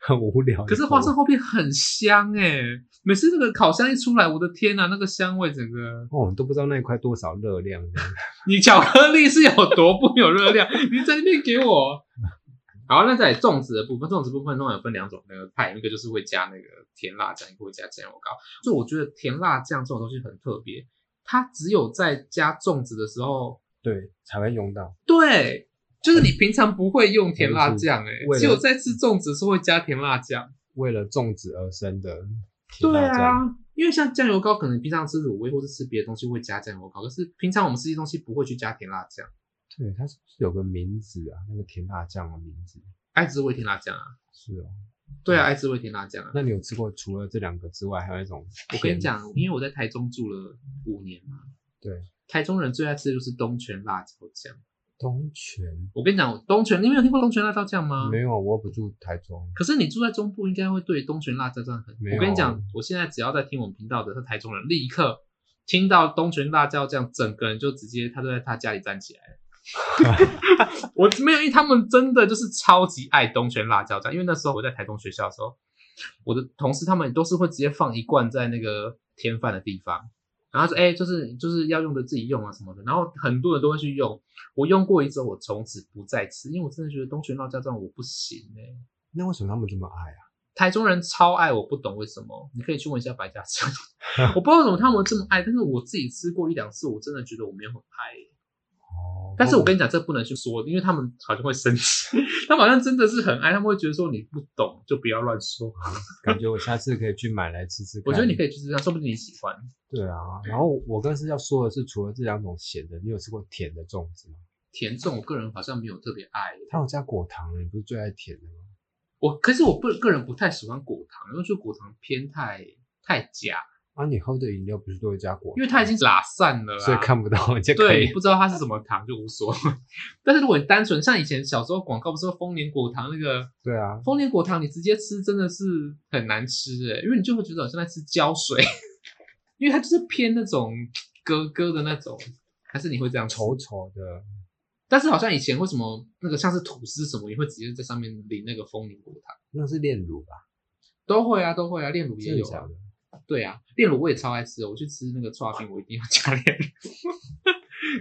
很无聊。可是花生。厚片很香哎，每次那个烤箱一出来，我的天呐、那个香味整个……哦，都不知道那一块多少热量这样，你巧克力是有多不有热量？ 你在那边给我。好，那在粽子的部分，粽子部分通常有分两种那个派，一个就是会加那个甜辣酱，一个会加酱油膏。就我觉得甜辣酱这种东西很特别，它只有在加粽子的时候 对，才会用到。对，就是你平常不会用甜辣酱、为哎，了只有在吃粽子是会加甜辣酱。为了粽子而生的，对，啊，因为像酱油膏，可能平常吃卤味或是吃别的东西会加酱油膏，可是平常我们吃些东西不会去加甜辣酱，对，它是不是有个名字啊？那个甜辣酱的名字爱滋味甜辣酱啊，是哦。对啊，爱滋味甜辣酱啊。那你有吃过除了这两个之外，还有一种我甜？跟你讲，因为我在台中住了五年嘛，对，台中人最爱吃的就是东泉辣椒酱。东泉我跟你讲，东泉，你没有听过东泉辣椒酱吗？没有，啊我不住台中，可是你住在中部，应该会对东泉辣椒酱很……哦没有我跟你讲，我现在只要在听我们频道的，他台中人立刻听到东泉辣椒酱，整个人就直接他就在他家里站起来 了。我没有，因为他们真的就是超级爱东泉辣椒酱，因为那时候我在台中学校的时候，我的同事他们都是会直接放一罐在那个添饭的地方，然后说：“哎、就是就是要用的自己用啊什么的。”然后很多人都会去用，我用过一次，我从此不再吃，因为我真的觉得东泉辣椒酱我不行哎、那为什么他们这么爱啊？台中人超爱，我不懂为什么。你可以去问一下白嘉诚， 我不知道为什么他们这么爱，但是我自己吃过一两次，我真的觉得我没有很爱。哦，但是我跟你讲，这不能去说，因为他们好像会生气， 他们好像真的是很爱，他们会觉得说你不懂就不要乱说。感觉我下次可以去买来吃吃看。我觉得你可以去这样，说不定你喜欢。对啊，然后我刚是要说的是，除了这两种咸的，你有吃过甜的粽子吗？甜粽我个人好像没有特别爱，它有加果糖，欸你不是最爱甜的吗？我可是我不个人不太喜欢果糖，因为就果糖偏太太假，啊，你喝的饮料不是都会加果糖？因为它已经拉散了啦，啊所以看不到， 就可对，你以。不知道它是什么糖就无所谓。 但是如果你单纯像以前小时候广告不是说丰年果糖那个对啊，丰年果糖，你直接吃真的是很难吃诶、因为你就会觉得好像在吃胶水， 因为它就是偏那种咯咯的那种，还是你会这样吃稠。稠的，但是好像以前为什么那个像是吐司什么，你会直接在上面淋那个丰年果糖，那是炼乳吧？都会啊，都会啊，炼乳也真的有假啊的，？对啊，炼乳我也超爱吃的，我去吃那个刨冰，我一定要加炼乳，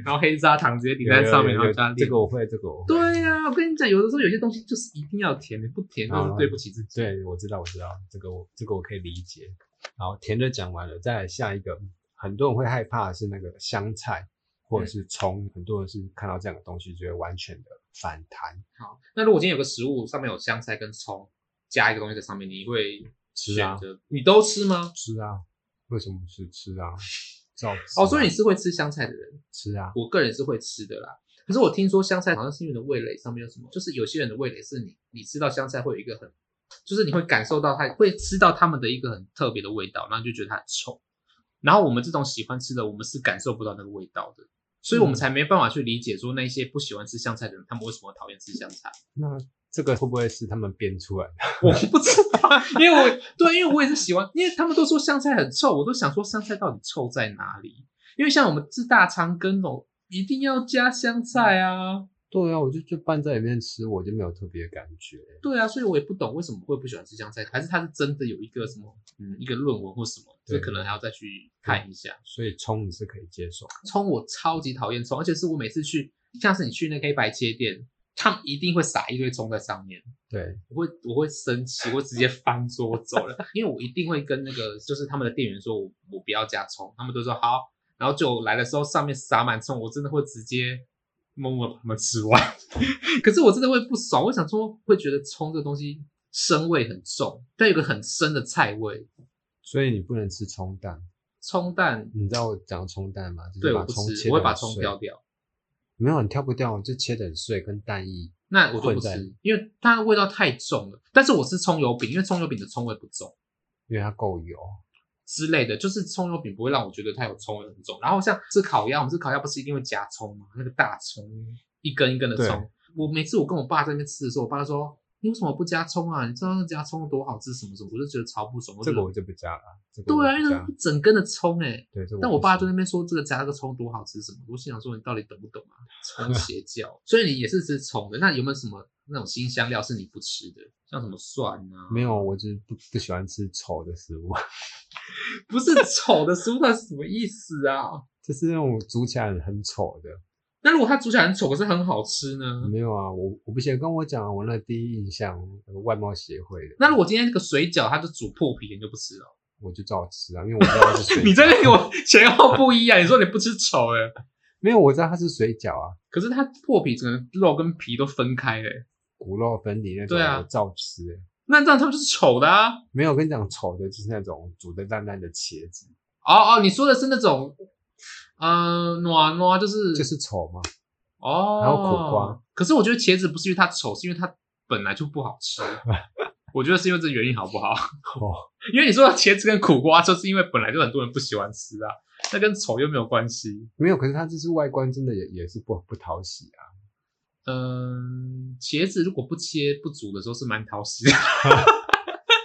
然后黑砂糖直接淋在上面，然有有后有加炼这乳个。我会，这个我会。对呀、我跟你讲，有的时候有些东西就是一定要甜，你不甜就是啊对不起自己。对，我知道，我知道，这个我这个我可以理解。好，甜的讲完了，再来下一个，很多人会害怕的是那个香菜或嗯者是葱，很多人是看到这样的东西就会完全的反弹，好，那如果今天有个食物上面有香菜跟葱，加一个东西在上面，你会吃啊选择？你都吃吗？吃啊，为什么不吃吃啊？照吃哦，所以啊你是会吃香菜的人，吃啊，我个人是会吃的啦。可是我听说香菜好像是因为你的味蕾上面有什么，就是有些人的味蕾是你你吃到香菜会有一个很，就是你会感受到它会吃到他们的一个很特别的味道，然后就觉得它很臭。然后我们这种喜欢吃的，我们是感受不到那个味道的，所以我们嗯才没办法去理解说那些不喜欢吃香菜的人，他们为什么讨厌吃香菜。那这个会不会是他们编出来的？ 我不知道，因为我对，因为我也是喜欢，因为他们都说香菜很臭，我都想说香菜到底臭在哪里？因为像我们吃大肠羹哦，一定要加香菜啊，对啊，我就就拌在里面吃，我就没有特别感觉。对啊，所以我也不懂为什么会不喜欢吃香菜，还是他是真的有一个什么，嗯，一个论文或什么，这对可能还要再去看一下。所以葱你是可以接受，葱我超级讨厌葱，而且是我每次去，像是你去那个黑白切店，他们一定会撒一堆葱在上面。对，我会我会生气，我会直接翻桌走了，因为我一定会跟那个就是他们的店员说我，我不要加葱，他们都说好，然后就来的时候上面撒满葱，我真的会直接默默把它们吃完。 可是我真的会不爽，我想说会觉得葱这东西生味很重，但有个很深的菜味，所以你不能吃葱蛋。葱蛋你知道我讲葱蛋吗？就是对把我不葱切吃，得我会把很葱碎挑掉。没有，你挑不掉，就切的很碎，跟蛋液。那我就混不在吃，因为它的味道太重了。但是我吃葱油饼，因为葱油饼的葱味不重。因为它够油，之类的，就是葱油饼不会让我觉得它有葱味很重。然后像吃烤鸭，我们吃烤鸭不是一定会夹葱吗？那个大葱一根一根的葱对，我每次我跟我爸在那边吃的时候，我爸就说：“你为什么不加葱啊？你知道那加葱多好吃什么什么？”我就觉得超不爽。我这就觉个得我就不加了。这个对我啊，因不为加那。整根的葱哎、对，这个但我我不爸行就在那边说这个加个葱多好吃什么，我心想说你到底懂不懂啊？ 葱邪教，所以你也是吃葱的。那有没有什么那种新香料是你不吃的？像什么蒜啊？没有，我就是不不喜欢吃稠的食物，不是 丑的食物，那是什么意思啊？就是那种煮起来很很稠的。那如果它煮起来很丑，可是很好吃呢？没有啊，我我不行，跟我讲我那第一印象，那个外貌协会的，那如果今天这个水饺它就煮破皮，你就不吃了？我就照吃啊，因为我知道它是水。 你真的给我前后不一啊！你说你不吃丑哎，没有，我知道它是水饺啊，可是它破皮整个肉跟皮都分开嘞、骨肉分离那种，对啊我照吃欸。那这样他们就是丑的啊！没有，我跟你讲，丑的就是那种煮的烂烂的茄子，哦哦，你说的是那种，嗯、呃，暖暖就是就是丑 嘛。哦，还有苦瓜。可是我觉得茄子不是因为它丑，是因为它本来就不好吃。 我觉得是因为这原因好不好？ 哦，因为你说茄子跟苦瓜，就是因为本来就很多人不喜欢吃啊，那跟丑又没有关系。没有，可是它就是外观真的也也是不不讨喜啊。嗯，茄子如果不切不煮的时候是蛮讨喜的。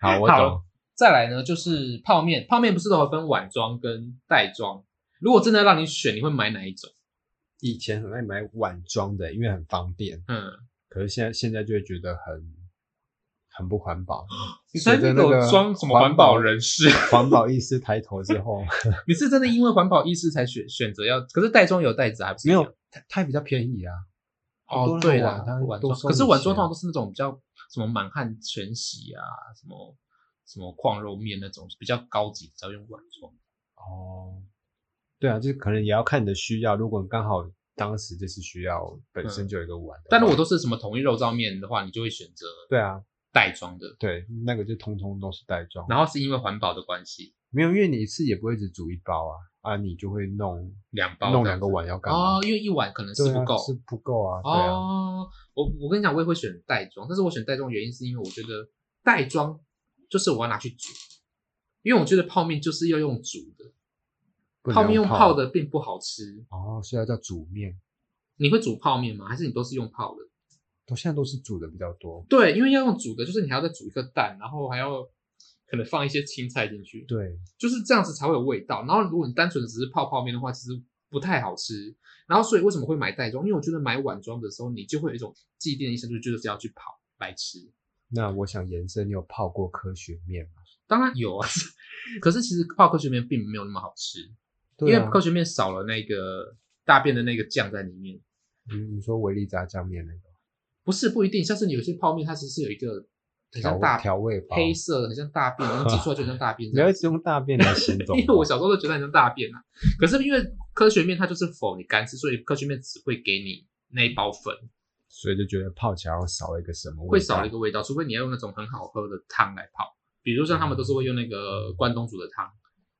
好，我好懂。再来呢，就是泡面，泡面不是都有分碗装跟袋装？如果真的让你选，你会买哪一种？以前很爱买碗装的，因为很方便，嗯，可是现在现在就会觉得很很不 环保。你随在着那那个个装什么环保人士？ 环保意识抬头之后，你是真的因为环保意识才选选择要？可是袋装有袋子还不是一没样有它它也比较便宜啊。哦多，对啦了碗它，碗多装，收可是你碗装钱通常都是那种比较什么满汉全席啊，什么什么矿肉面那种比较高级，才会用碗装。哦，对啊，就是可能也要看你的需要。如果刚好当时就是需要本身就有一个碗的话，嗯但如果都是什么统一肉燥面的话，你就会选择对啊，袋装的，对，那个就通通都是袋装，然后是因为环保的关系，没有，因为你一次也不会只煮一包啊，啊，你就会弄两包弄这两样个子碗要干嘛？哦，因为一碗可能对是不啊够是不够啊，对啊，哦。我我跟你讲，我也会选袋装，但是我选袋装的原因是因为我觉得袋装就是我要拿去煮，因为我觉得泡面就是要用煮的，不能泡面用泡的的并不好吃。哦，所以要叫煮面。你会煮泡面吗？还是你都是用泡的？都现在都是煮的比较多，对，因为要用煮的，就是你还要再煮一个蛋，然后还要可能放一些青菜进去，对，就是这样子才会有味道。然后如果你单纯的只是泡泡面的话，其实不太好吃。然后所以为什么会买袋装？因为我觉得买碗装的时候，你就会有一种既定的印象，就就是要去跑来吃。那我想延伸，你有泡过科学面吗？当然有啊， 可是其实泡科学面并没有那么好吃，对因为啊科，学面少了那个大便的那个酱在里面。你你说维力炸酱面那个不是不一定，像是你有些泡面，它其实是有一个很像调大调味包，黑色，很像大便，然后挤出来就很像大便你这样要一。直用大便来形容 吗，哦因为我小时候都觉得很像大便啊，可是因为科学面它就是否你干吃，所以科学面只会给你那一包粉，所以就觉得泡起来要少了一个什么味道，会少了一个味道，除非你要用那种很好喝的汤来泡，比如像他们都是会用那个关东煮的汤，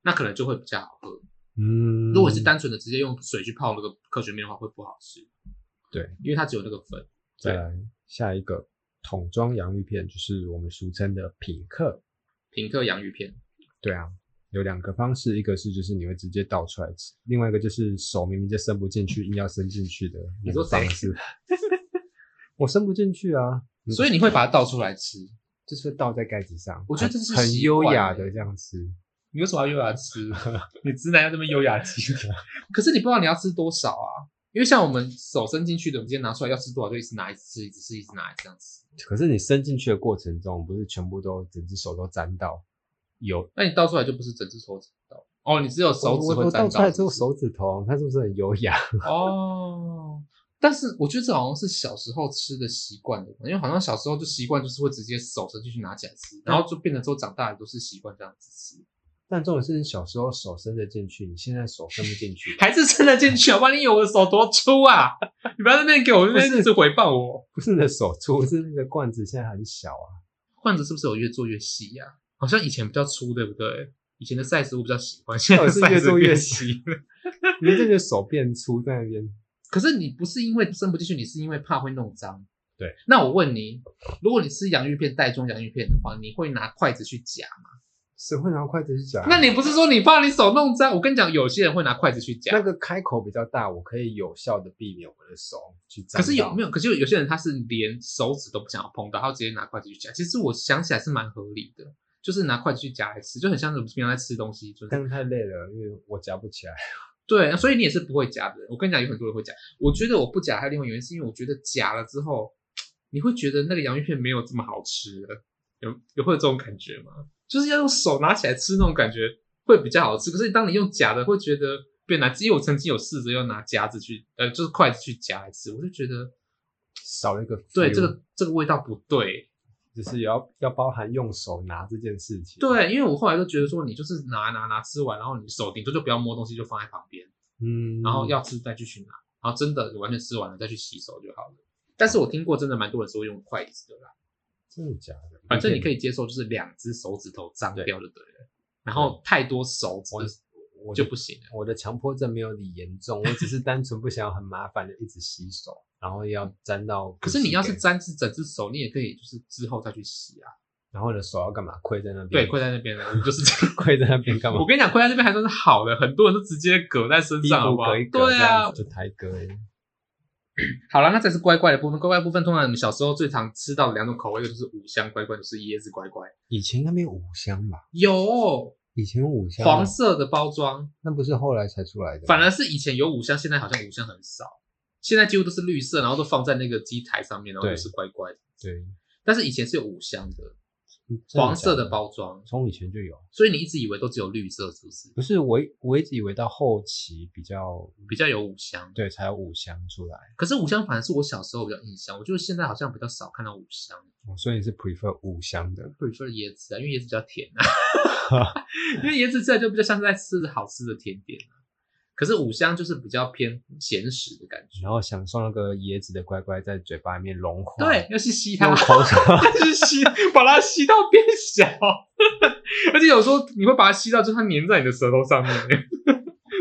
那可能就会比较好喝。嗯，如果是单纯的直接用水去泡那个科学面的话，会不好吃。对，啊因为它只有那个粉。再来下一个桶装洋芋片，就是我们俗称的品客。品客洋芋片，对啊，有两个方式，一个是就是你会直接倒出来吃，另外一个就是手明明就伸不进去，硬要伸进去的你那说个谁方式。我伸不进去啊，所以你会把它倒出来吃，就是倒在盖子上，我觉得这是很很习优惯雅欸的这样吃。你为什么要优雅吃？你直男要这么优雅吃？ 可是你不知道你要吃多少啊，因为像我们手伸进去的，我们今天拿出来要吃多少就一直拿，一直吃，一直吃，一直拿，一直这样吃。可是你伸进去的过程中，不是全部都整只手都沾到，有那你倒出来就不是整只手指倒，哦，你只有手指我我会我沾倒出来到。之后手指头，它是不是很优雅？ 哦，但是我觉得这好像是小时候吃的习惯的，因为好像小时候就习惯就是会直接手伸进去拿起来吃，然后就变成之后长大了都是习惯这样子吃，。但重点是你小时候手伸得进去，你现在手伸不进去还是伸得进去好啊不好？你以为我的手多粗啊？ 你不要在那边给我那边一直回报我。 不是你的手粗，是那个罐子现在很小啊。罐子是不是有越做越细呀、好像以前比较粗，对不对？以前的 size 我比较喜欢，现在到的底是 size 越做越细。你这个手变粗在那边，可是你不是因为伸不进去，你是因为怕会弄脏。对。那我问你，如果你吃洋芋片袋装洋芋片的话，你会拿筷子去夹吗？谁会拿筷子去夹？那你不是说你怕你手弄脏？我跟你讲，有些人会拿筷子去那夹，个开口比较大，我可以有效的避免我的手去沾可到。是有没有有？可是有有些人他是连手指都不想要碰到，他直接拿筷子去夹。其实我想起来是蛮合理的，就是拿筷子去夹来吃，就很像是我们平常在吃东西，就是但是太累了，因为我夹不起来。对，所以你也是不会夹的人。我跟你讲，有很多人会夹。我觉得我不夹，还有另外一个原因是因为我觉得夹了之后，你会觉得那个洋芋片没有这么好吃了。有有会有这种感觉吗？就是要用手拿起来吃那种感觉会比较好吃。可是当你用夹的，会觉得变难吃。因为我曾经有试着要拿夹子去，呃，就是筷子去夹来吃，我就觉得少了一个 feel, 对这个这个味道不对。就是也要要包含用手拿这件事情。，对，因为我后来就觉得说，你就是拿拿拿吃完，然后你手顶多就不要摸东西，就放在旁边。嗯，然后要吃再去去拿，然后真的完全吃完了再去洗手就好了。但是我听过真的蛮多人是会用筷子的啦，真的假的？反正你可以接受，就是两只手指头脏掉就对了。然后太多手我指我就就不行了。我的强迫症没有你严重，我 只是单纯不想要很麻烦的一直洗手，然后要沾到。可是你要欸是，沾至整只手，你也可以就是之后再去洗啊。然后你的手要干嘛？跪在那边，对，跪在那边的，我们就是这样。 跪在那边干嘛我？跟你讲，跪在那边还算是好的，很多人都直接搁在身低上，好头不好隔一？隔对这样啊子，就抬歌而已。好了，那才是乖乖的部分。乖乖部分，通常我们小时候最常吃到的两种口味，一个就是五香乖乖，就是椰子乖乖。以前应该没有五香吧？有以前有五香吗黄色的包装，那不是后来才出来的吗，反而是以前有五香，现在好像五香很少，现在几乎都是绿色，然后都放在那个机台上面，然后对就是乖乖。对但是以前是有五香的嗯真黄色假的包装，从以前就有。所以你一直以为都只有绿色，是不是？不是我一我一直以为到后期比较比较有五香，对才有五香出来，可是五香反而是我小时候比较印象，我就是现在好像比较少看到五香哦所以你是 prefer 五香的。 ，prefer 椰子啊，因为椰子比较甜啊，因为椰子吃来就比较像是在吃好吃的甜点啊、可是五香就是比较偏咸食的感觉，然后享受那个椰子的乖乖在嘴巴里面融化，对，，啊要去吸它用，口水 就是吸，把它吸到变小， 而且有时候你会把它吸到，就它粘在你的舌头上面。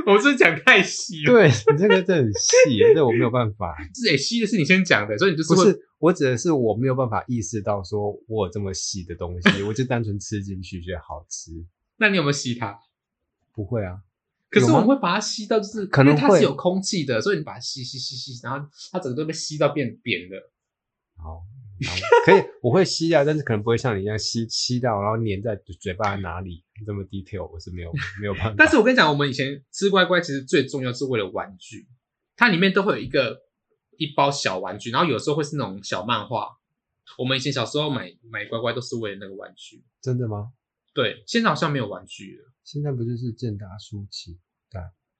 我是讲太细了，对你这个这很细耶，这我没有办 法。是诶、吸的是你先讲的，所以你就是不会是，我指的是我没有办法意识到说我有这么细的东西，我就单纯吃进去觉得好吃。那你有没有吸它？不会啊，可是有我吗们会把它吸到，就是可因能为它是会有空气的，所以你把它吸吸吸吸，然后它整个都被吸到变扁了。好，好可以，我会吸啊，但是可能不会像你一样吸吸到，然后粘在嘴巴哪里这么 detail，我是没有没有办法。 但是我跟你讲，我们以前吃乖乖其实最重要是为了玩具，它里面都会有一个一包小玩具，然后有时候会是那种小漫画。我们以前小时候买买乖乖都是为了那个玩具，真的吗？对，现在好像没有玩具了。现在不就是健达舒淇？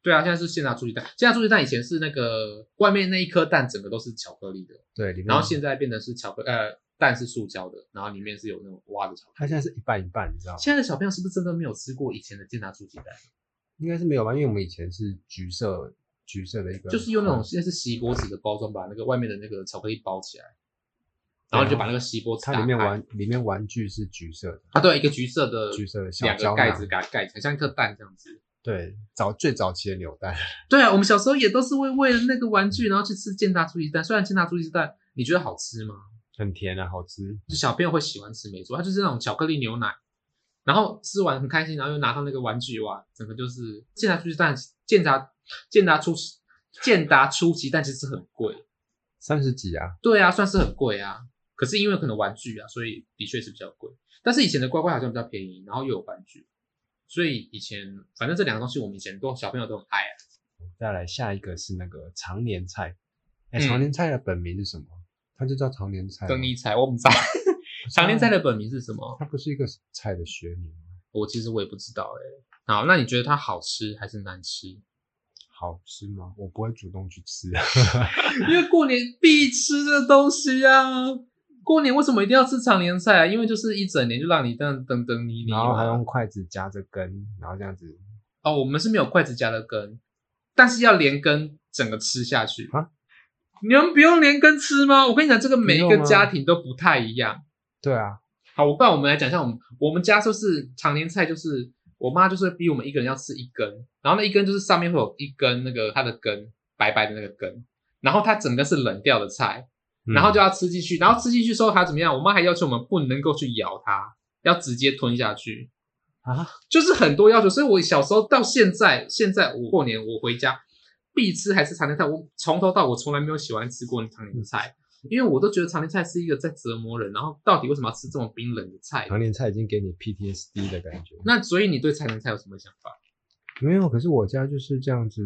对啊，现在是现拿出鸡蛋，现拿出鸡蛋以前是那个外面那一颗蛋整个都是巧克力的，对，里面然后现在变成是巧克呃蛋是塑胶的，然后里面是有那种挖的巧克力。它现在是一半一半，你知道吗？现在的小朋友是不是真的没有吃过以前的健达出鸡蛋？应该是没有吧，因为我们以前是橘色橘色的一个，嗯就是用那种现在是锡箔纸的包装，把那个外面的那个巧克力包起来，然后你就把那个锡箔纸啊它打里面开玩里面玩具是橘色的，啊，对，一个橘色的橘色的小两胶个囊盖子给它盖起来，像一颗蛋这样子。对，早最早期的扭蛋，对啊，我们小时候也都是为为了那个玩具，然后去吃健达出鸡蛋。虽然健达出鸡蛋你觉得好吃吗？很甜啊，好吃。就小朋友会喜欢吃，没错，它就是那种巧克力牛奶，然后吃完很开心，然后又拿到那个玩具哇，整个就是健达出鸡蛋，健达健达出健达出鸡蛋其实很贵。三十几啊，对啊，算是很贵啊。可是因为可能玩具啊，所以的确是比较贵。但是以前的乖乖好像比较便宜，然后又有玩具，所以以前反正这两个东西我们以前都小朋友都很爱啊。再来下一个是那个常年菜，嗯哎、常年菜的本名是什么？它就叫常年菜吗。等你猜，我们猜。常年菜的本名是什么？它不是一个菜的学名吗？我其实我也不知道哎、好，那你觉得它好吃还是难吃？好吃吗？我不会主动去 吃。因为过年必吃的东西啊。过年为什么一定要吃常年菜啊？因为就是一整年就让你这样等等你你。然后还用筷子夹着根，然后这样子哦，我们是没有筷子夹的根，但是要连根整个吃下去啊。你们不用连根吃吗？我跟你讲，这个每一不个用吗啊家庭都不太一样。对啊，好，我不然我们来讲一下，我们我们家就是常年菜，就是我妈就是逼我们一个人要吃一根，然后那一根就是上面会有一根那个它的根白白的那个根，然后它整个是冷掉的菜，嗯嗯然后就要吃进去，然后吃进去之后还要怎么样？我妈还要求我们不能够去咬它，要直接吞下去。啊，就是很多要求，所以我小时候到现在，现在我过年我回家必吃还是常年菜，我从头到我从来没有喜欢吃过常年菜，嗯因为我都觉得常年菜是一个在折磨人，然后到底为什么要吃这么冰冷的菜？常年菜已经给你 PTSD 的感觉。那所以你对常年菜有什么想法？没有，可是我家就是这样子，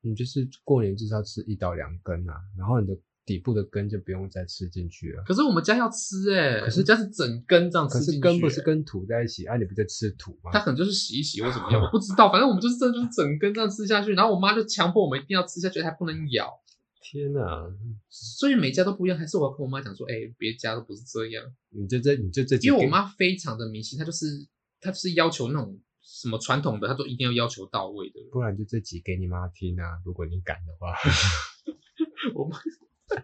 你就是过年至少吃一到两根啊，然后你的底部的根就不用再吃进去了。可是我们家要吃哎、可是我们家是整根这样吃可是进去根不是欸，跟土在一起，啊，你不在吃土吗它？可能就是洗一洗或怎么样，我不知道，反正我们就是这就是整根这样吃下去，然后我妈就强迫我们一定要吃下去，还不能咬。天啊哪，所以每家都不一样，还是我要跟我妈讲说，哎、别家都不是这样。你就这你就这几因为我根妈非常的迷信，她就是她就是要求那种什么传统的，她都一定要要求到位的。不然就这集给你妈听啊，如果你敢的话。我妈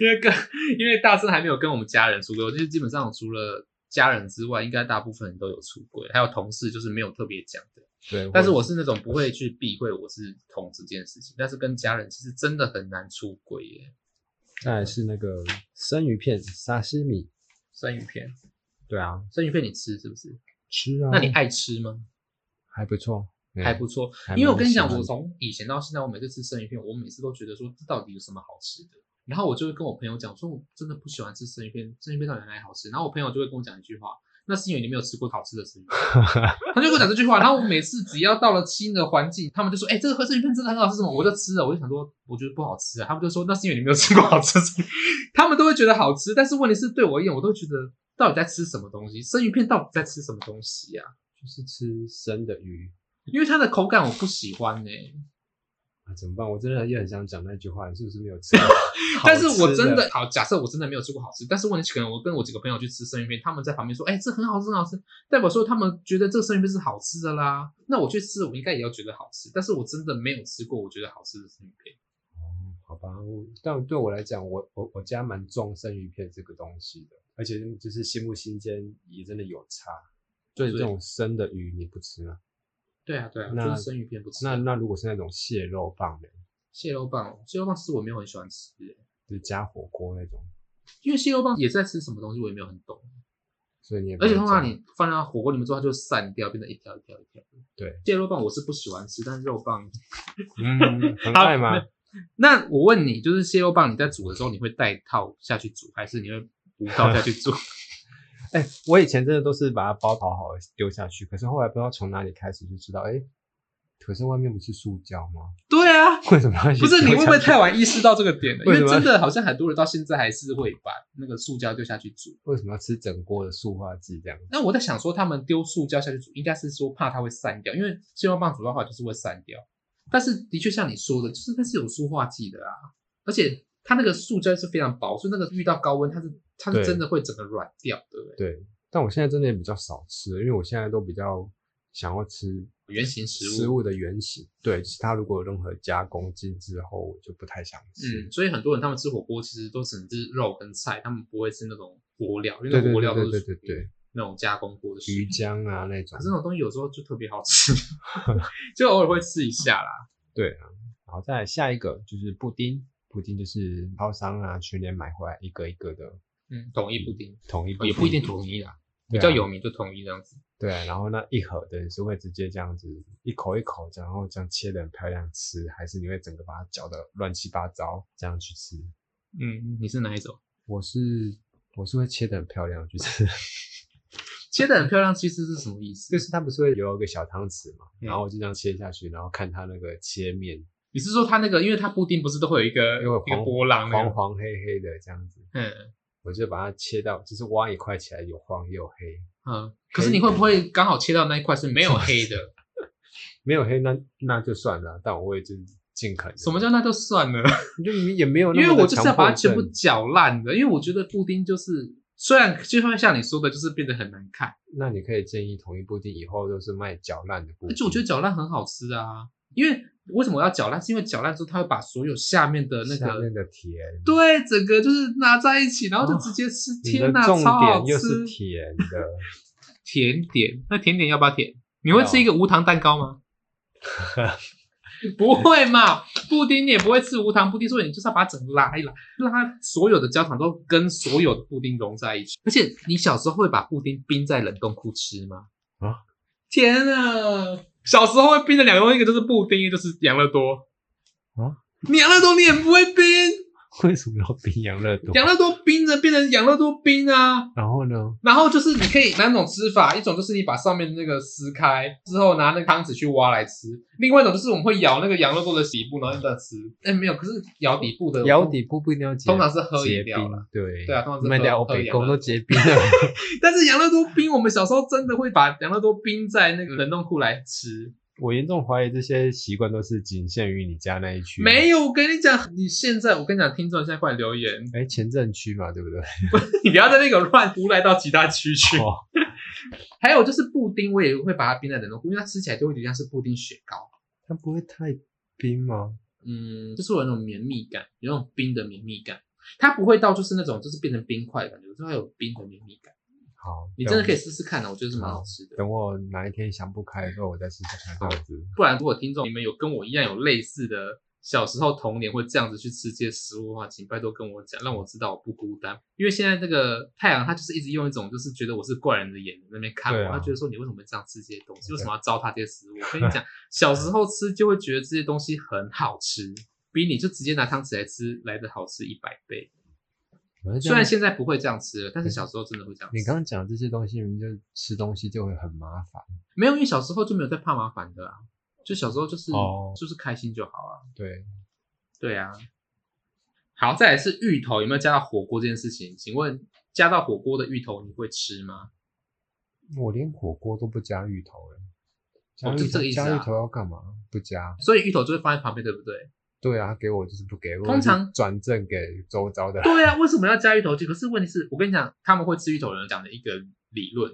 因为跟因为大森还没有跟我们家人出轨，我就是基本上除了家人之外，应该大部分人都有出轨，还有同事就是没有特别讲的。 对，但是或我是那种不会去避讳我是同志这件事情，但是跟家人其实真的很难出轨耶。再来是那个生鱼片沙西米，生鱼片，对啊，生鱼片你吃是不是？吃啊，那你爱吃吗？还不错，嗯还不错还，因为我蛮跟你讲，喜欢我的从以前到现在，我每次吃生鱼片，我每次都觉得说这到底有什么好吃的？然后我就会跟我朋友讲说，我真的不喜欢吃生鱼片，生鱼片到底哪里好吃？然后我朋友就会跟我讲一句话，那是因为你没有吃过好吃的生鱼片。他就跟我讲这句话，然后我每次只要到了新的环境，他们就说，哎、这个生鱼片真的很好吃，什么我就吃了，我就想说，我觉得不好吃啊。他们就说，那是因为你没有吃过好吃的生鱼片，他们都会觉得好吃，但是问题是对我而言，我都觉得到底在吃什么东西？生鱼片到底在吃什么东西呀、就是吃生的鱼因为它的口感我不喜欢欸呢、？啊，怎么办？我真的也很想讲那句话，你是不是没有吃 但是我好吃真的好，假设我真的没有吃过好吃，但是问题是可能我跟我几个朋友去吃生鱼片，他们在旁边说，哎、这很好吃，很好吃，代表说他们觉得这个生鱼片是好吃的啦。那我去吃，我应该也要觉得好吃，但是我真的没有吃过我觉得好吃的生鱼片。哦好吧，我但对我来讲，我我我家蛮重生鱼片这个东西的，而且就是新不新鲜也真的有差。对这对种生的鱼你不吃啊？对啊，对啊，那就是生鱼片不吃。那那如果是那种蟹肉棒的，蟹肉棒，蟹肉棒其实我没有很喜欢吃、就是加火锅那种，因为蟹肉棒也在吃什么东西，我也没有很懂。所以你也不而且能通常讲你放到火锅里面之后，它就散掉，变成一条一条一条。对，蟹肉棒我是不喜欢吃，但是肉棒嗯 很爱好吗没？那我问你，就是蟹肉棒你在煮的时候，你会带套下去煮，还是你会无套下去煮？哎、我以前真的都是把它包好好丢下去，可是后来不知道从哪里开始就知道，哎、可是外面不是塑胶吗？ 对啊，为什么要一起不是你丢会不会下去太晚意识到这个点了？因为为什么真的好像很多人到现在还是会把那个塑胶丢下去煮。为什么要吃整锅的塑化剂这样？那我在想说，他们丢塑胶下去煮，应该是说怕它会散掉，因为蟹肉棒煮到后来就是会散掉。但是的确像你说的，就是它是有塑化剂的啊，而且它那个塑胶是非常薄，所以那个遇到高温，它是它是对真的会整个软掉，对不对？对，但我现在真的也比较少吃，因为我现在都比较想要吃原型食物，食物的原型。对，就是它如果有任何加工剂之后，我就不太想吃。嗯，所以很多人他们吃火锅其实都只能吃肉跟菜，他们不会吃那种火料，因为对那对种火对料对都对是对对，那种加工过的食鱼物。浆啊那种可是。那种东西有时候就特别好吃， 就偶尔会吃一下啦。对啊，然后再来下一个就是布丁，布丁就是超商啊全年买回来一个一个的嗯，统一布丁、统一布哦丁，也不一定统一啦，比对啊较有名就统一这样子。对啊，然后那一盒的你是会直接这样子一口一口这样，然后这样切的很漂亮吃，还是你会整个把它搅的乱七八糟这样去吃？嗯，你是哪一种？我是我是会切的很漂亮去吃，切的很漂亮，其实是什么意思 就？是它不是会有一个小汤匙嘛，嗯然后我就这样切下去，然后看它那个切面你是说它那个，因为它布丁不是都会有一个因为一个黄波浪那黄个？黄黑黑的这样子，嗯我就把它切到就是挖一块起来有黄也有黑，嗯，可是你会不会刚好切到那一块是没有黑 的？没有黑那那就算了，但我会就是尽可能什么叫那就算了？就也没有那因为么的我就是要强迫把它全部症搅烂的，因为我觉得布丁就是虽然就会像你说的，就是变得很难看，那你可以建议统一布丁以后都是卖搅烂的布而丁，且我觉得搅烂很好吃啊，因为为什么我要搅烂？是因为搅烂之后，它会把所有下面的那下个面的甜，对整个就是拿在一起，然后就哦直接吃。你的天哪，重超好点吃又！是甜的，甜点，那甜点要不要甜？你会要吃一个无糖蛋糕吗？不会嘛，布丁你也不会吃无糖布丁，所以你就是要把它整个拉一拉，让它所有的焦糖都跟所有的布丁融在一起。而且你小时候会把布丁冰在冷冻库吃吗？啊！天啊！小时候会冰的两个东西，一个就是布丁，一个就是养乐多。啊！你养乐多你也不会冰，为什么要冰羊乐多？养乐多冰着变成养乐多冰啊！然后呢？然后就是你可以两种吃法，一种就是你把上面的那个撕开之后，拿那个汤匙去挖来吃；另外一种就是我们会咬那个羊肉做的底部，然后一直在吃。哎，没有，可是咬底部的摇底部不一定要结，通常是喝结饮料啦。冰，对对啊通常是我们喝聊喝北羊宫乐都结冰了， 但是羊肉多冰，我们小时候真的会把羊肉多冰在那个冷冻库来吃。我严重怀疑这些习惯都是仅限于你家那一区，啊没有，我跟你讲，你现在我跟你讲，听众现在快留 言，哎前镇区嘛，对不对？你不要在那个乱胡来到其他区去。哦，还有就是布丁，我也会把它冰在冷冻库，因为它吃起来就会有点像是布丁雪糕。它不会太冰吗？嗯，就是有那种绵密感，有那种冰的绵密感。它不会到就是那种就是变成冰块的感觉，就是它有冰的绵密感。好，你真的可以等试试看啊，我觉得是蛮好吃的。等我哪一天想不开的时候，我再试试看这样子。不然，如果听众你们有跟我一样有类似的小时候童年会这样子去吃这些食物的话，请拜托跟我讲，让我知道我不孤单。因为现在这个太阳，他就是一直用一种就是觉得我是怪人的眼神在那边看对我，他啊觉得说你为什么这样吃这些东西，为什么要糟蹋这些食物？我 跟你讲，小时候吃就会觉得这些东西很好吃，比你就直接拿汤匙来吃来的好吃一百倍。我是这虽然样，现在不会这样吃了，但是小时候真的会这样嗯你吃刚。刚讲这些东西，你就吃东西就会很麻烦。没有，因为小时候就没有在怕麻烦的啊，就小时候就是、哦就是开心就好啊。对，对啊，好，再来是芋头有没有加到火锅这件事情？请问加到火锅的芋头你会吃吗？我连火锅都不加芋头了。加哦芋就头、这个意思啊加芋头要干嘛？不加。所以芋头就会放在旁边，对不对？对啊，他给我就是不给我，通常我就转正给周遭的。对啊，为什么要加芋头进？可是问题是我跟你讲，他们会吃芋头的人讲的一个理论，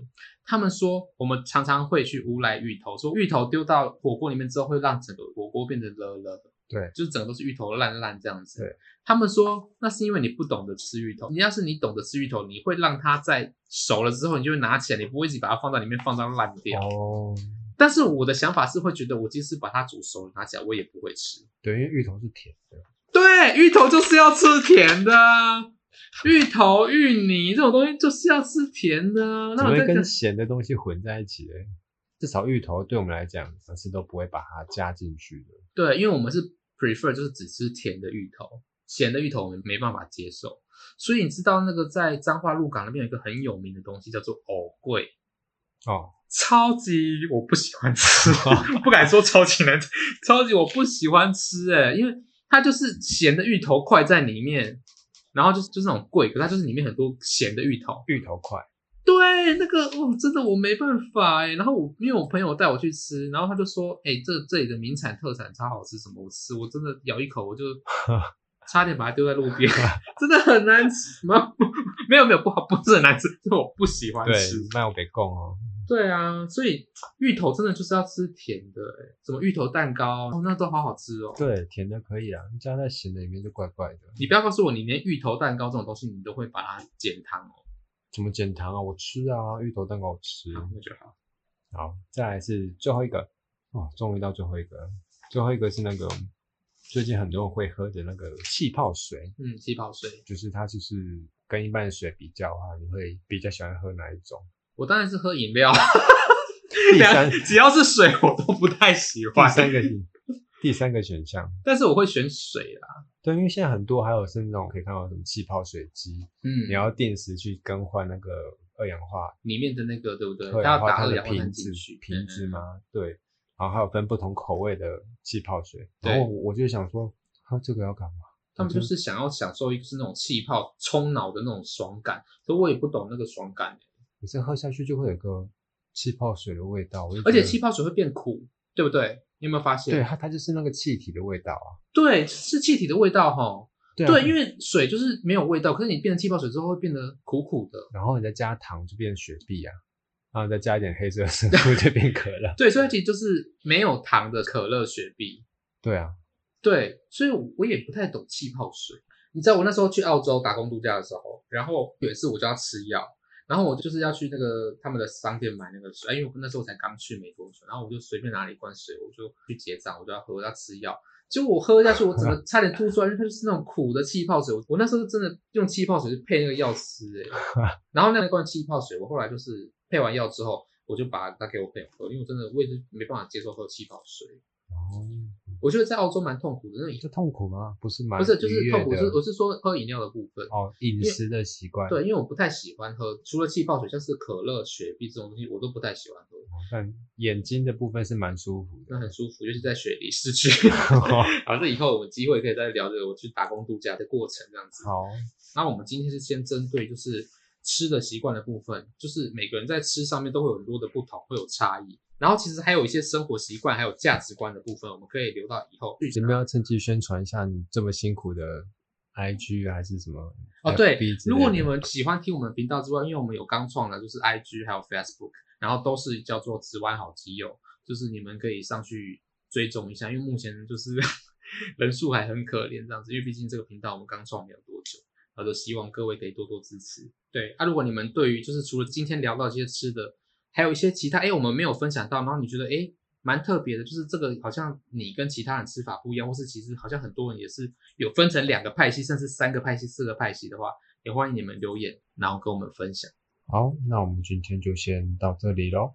他们说我们常常会去诬赖芋头，说芋头丢到火锅里面之后会让整个火锅变得了了的。对，就是整个都是芋头烂烂这样子。对，他们说那是因为你不懂得吃芋头，你要是你懂得吃芋头，你会让它在熟了之后，你就会拿起来，你不会一直把它放到里面放到烂掉。哦，但是我的想法是会觉得，我即使把它煮熟了拿起来，我也不会吃。对，因为芋头是甜的。对，芋头就是要吃甜的啊，芋头、芋泥这种东西就是要吃甜的啊。那怎么我会在跟跟咸的东西混在一起嘞？至少芋头对我们来讲，我是都不会把它加进去的。对，因为我们是 prefer 就是只吃甜的芋头，咸的芋头我们没办法接受。所以你知道那个在彰化鹿港那边有一个很有名的东西叫做藕桂，哦，超级我不喜欢吃， 不敢说超级难吃，超级我不喜欢吃哎、因为它就是咸的芋头块在里面，然后就是就是那种贵，可它就是里面很多咸的芋头。芋头块，对，那个哦，真的我没办法哎、然后我因为我朋友带我去吃，然后他就说，哎、这这里的名产特产超好吃，什么我吃，我真的咬一 口我就差点把它丢在路边，真的很难吃。没有 没有没有不好，不是很难吃，是我不喜欢对吃。，卖我北贡哦。对啊，所以芋头真的就是要吃甜的、欸，什么芋头蛋糕，哦，那都好好吃哦。对，甜的可以啊，加在咸的里面就怪怪的。你不要告诉我，你连芋头蛋糕这种东西，你都会把它减糖哦。怎么减糖啊？我吃啊，芋头蛋糕我吃。好那就好。好，再来是最后一个哦，终于到最后一个了，最后一个是那个最近很多人会喝的那个气泡水，嗯，气泡水，就是它就是跟一般的水比较啊，你会比较喜欢喝哪一种？我当然是喝饮料。 第三啊只要是水我都不太喜第欢，三个是第三个选项，但是我会选水啦。对，因为现在很多还有是那种可以看到什么气泡水机，嗯你要定时去更换那个二氧化里面的那个对不对？二它氧要化打二碳啊的氧化碳瓶进子去，瓶子嗯？吗？对，然后还有分不同口味的气泡水，然对后我就想说喝这个要干嘛？他们就是想要享受一是那种气泡冲脑的那种爽感，所以我也不懂那个爽嗯感欸、你这喝下去就会有个气泡水的味道，我就而且觉得气泡水会变苦，对不对？你有没有发现？对它它就是那个气体的味道啊。对，是气体的味道哈。对啊对，因为水就是没有味道，可是你变成气泡水之后会变得苦苦的。然后你再加糖就变雪碧啊，然后再加一点黑色的生物就变可乐。 对，所以它其实就是没有糖的可乐雪碧。对啊，对，所以我也不太懂气泡水。你知道我那时候去澳洲打工度假的时候，然后有一次我就要吃药，然后我就是要去那个他们的商店买那个水，哎因为我那时候才刚去美国，然后我就随便拿了一罐水，我就去结账，我就要喝，我要吃药。结果我喝下去，我整个差点吐出来，因为它就是那种苦的气泡水。我我那时候真的用气泡水去配那个药吃、哎，然后那罐气泡水，我后来就是配完药之后，我就把它给我朋友喝，因为我真的我也是没办法接受喝气泡水。哦，我觉得在澳洲蛮痛苦的，那种这痛苦吗？不是蛮不是，就愉是悦痛苦的是我是说喝饮料的部分。哦，饮食的习惯。对，因为我不太喜欢喝，除了气泡水，像是可乐、雪碧这种东西，我都不太喜欢喝。哦但眼睛的部分是蛮 舒服那的。很舒服，尤其在雪梨市 区。好，这以后我们机会可以再聊这个我去打工度假的过程这样子。好，那我们今天是先针对就是吃的习惯的部分，就是每个人在吃上面都会有很多的不同，会有差异。然后其实还有一些生活习惯，还有价值观的部分，我们可以留到以后去你们要趁机宣传一下你这么辛苦的 IG 还是什么？哦，对 FB，之类的如果你们喜欢听我们的频道之外，因为我们有刚创的，就是 IG 还有 Facebook，然后都是叫做“直弯好基友”，就是你们可以上去追踪一下，因为目前就是 人数还很可怜这样子，因为毕竟这个频道我们刚创没有多久，然后就希望各位可以多多支持。对，啊，如果你们对于就是除了今天聊到这些吃的，还有一些其他，哎，我们没有分享到，然后你觉得哎蛮特别的，就是这个好像你跟其他人吃法不一样，或是其实好像很多人也是有分成两个派系，甚至三个派系、四个派系的话，也欢迎你们留言，然后跟我们分享。好，那我们今天就先到这里喽。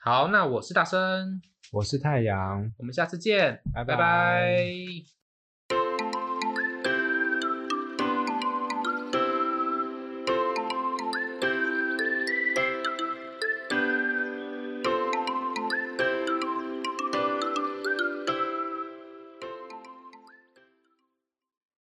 好，那我是大生，我是太阳，我们下次见，拜拜拜拜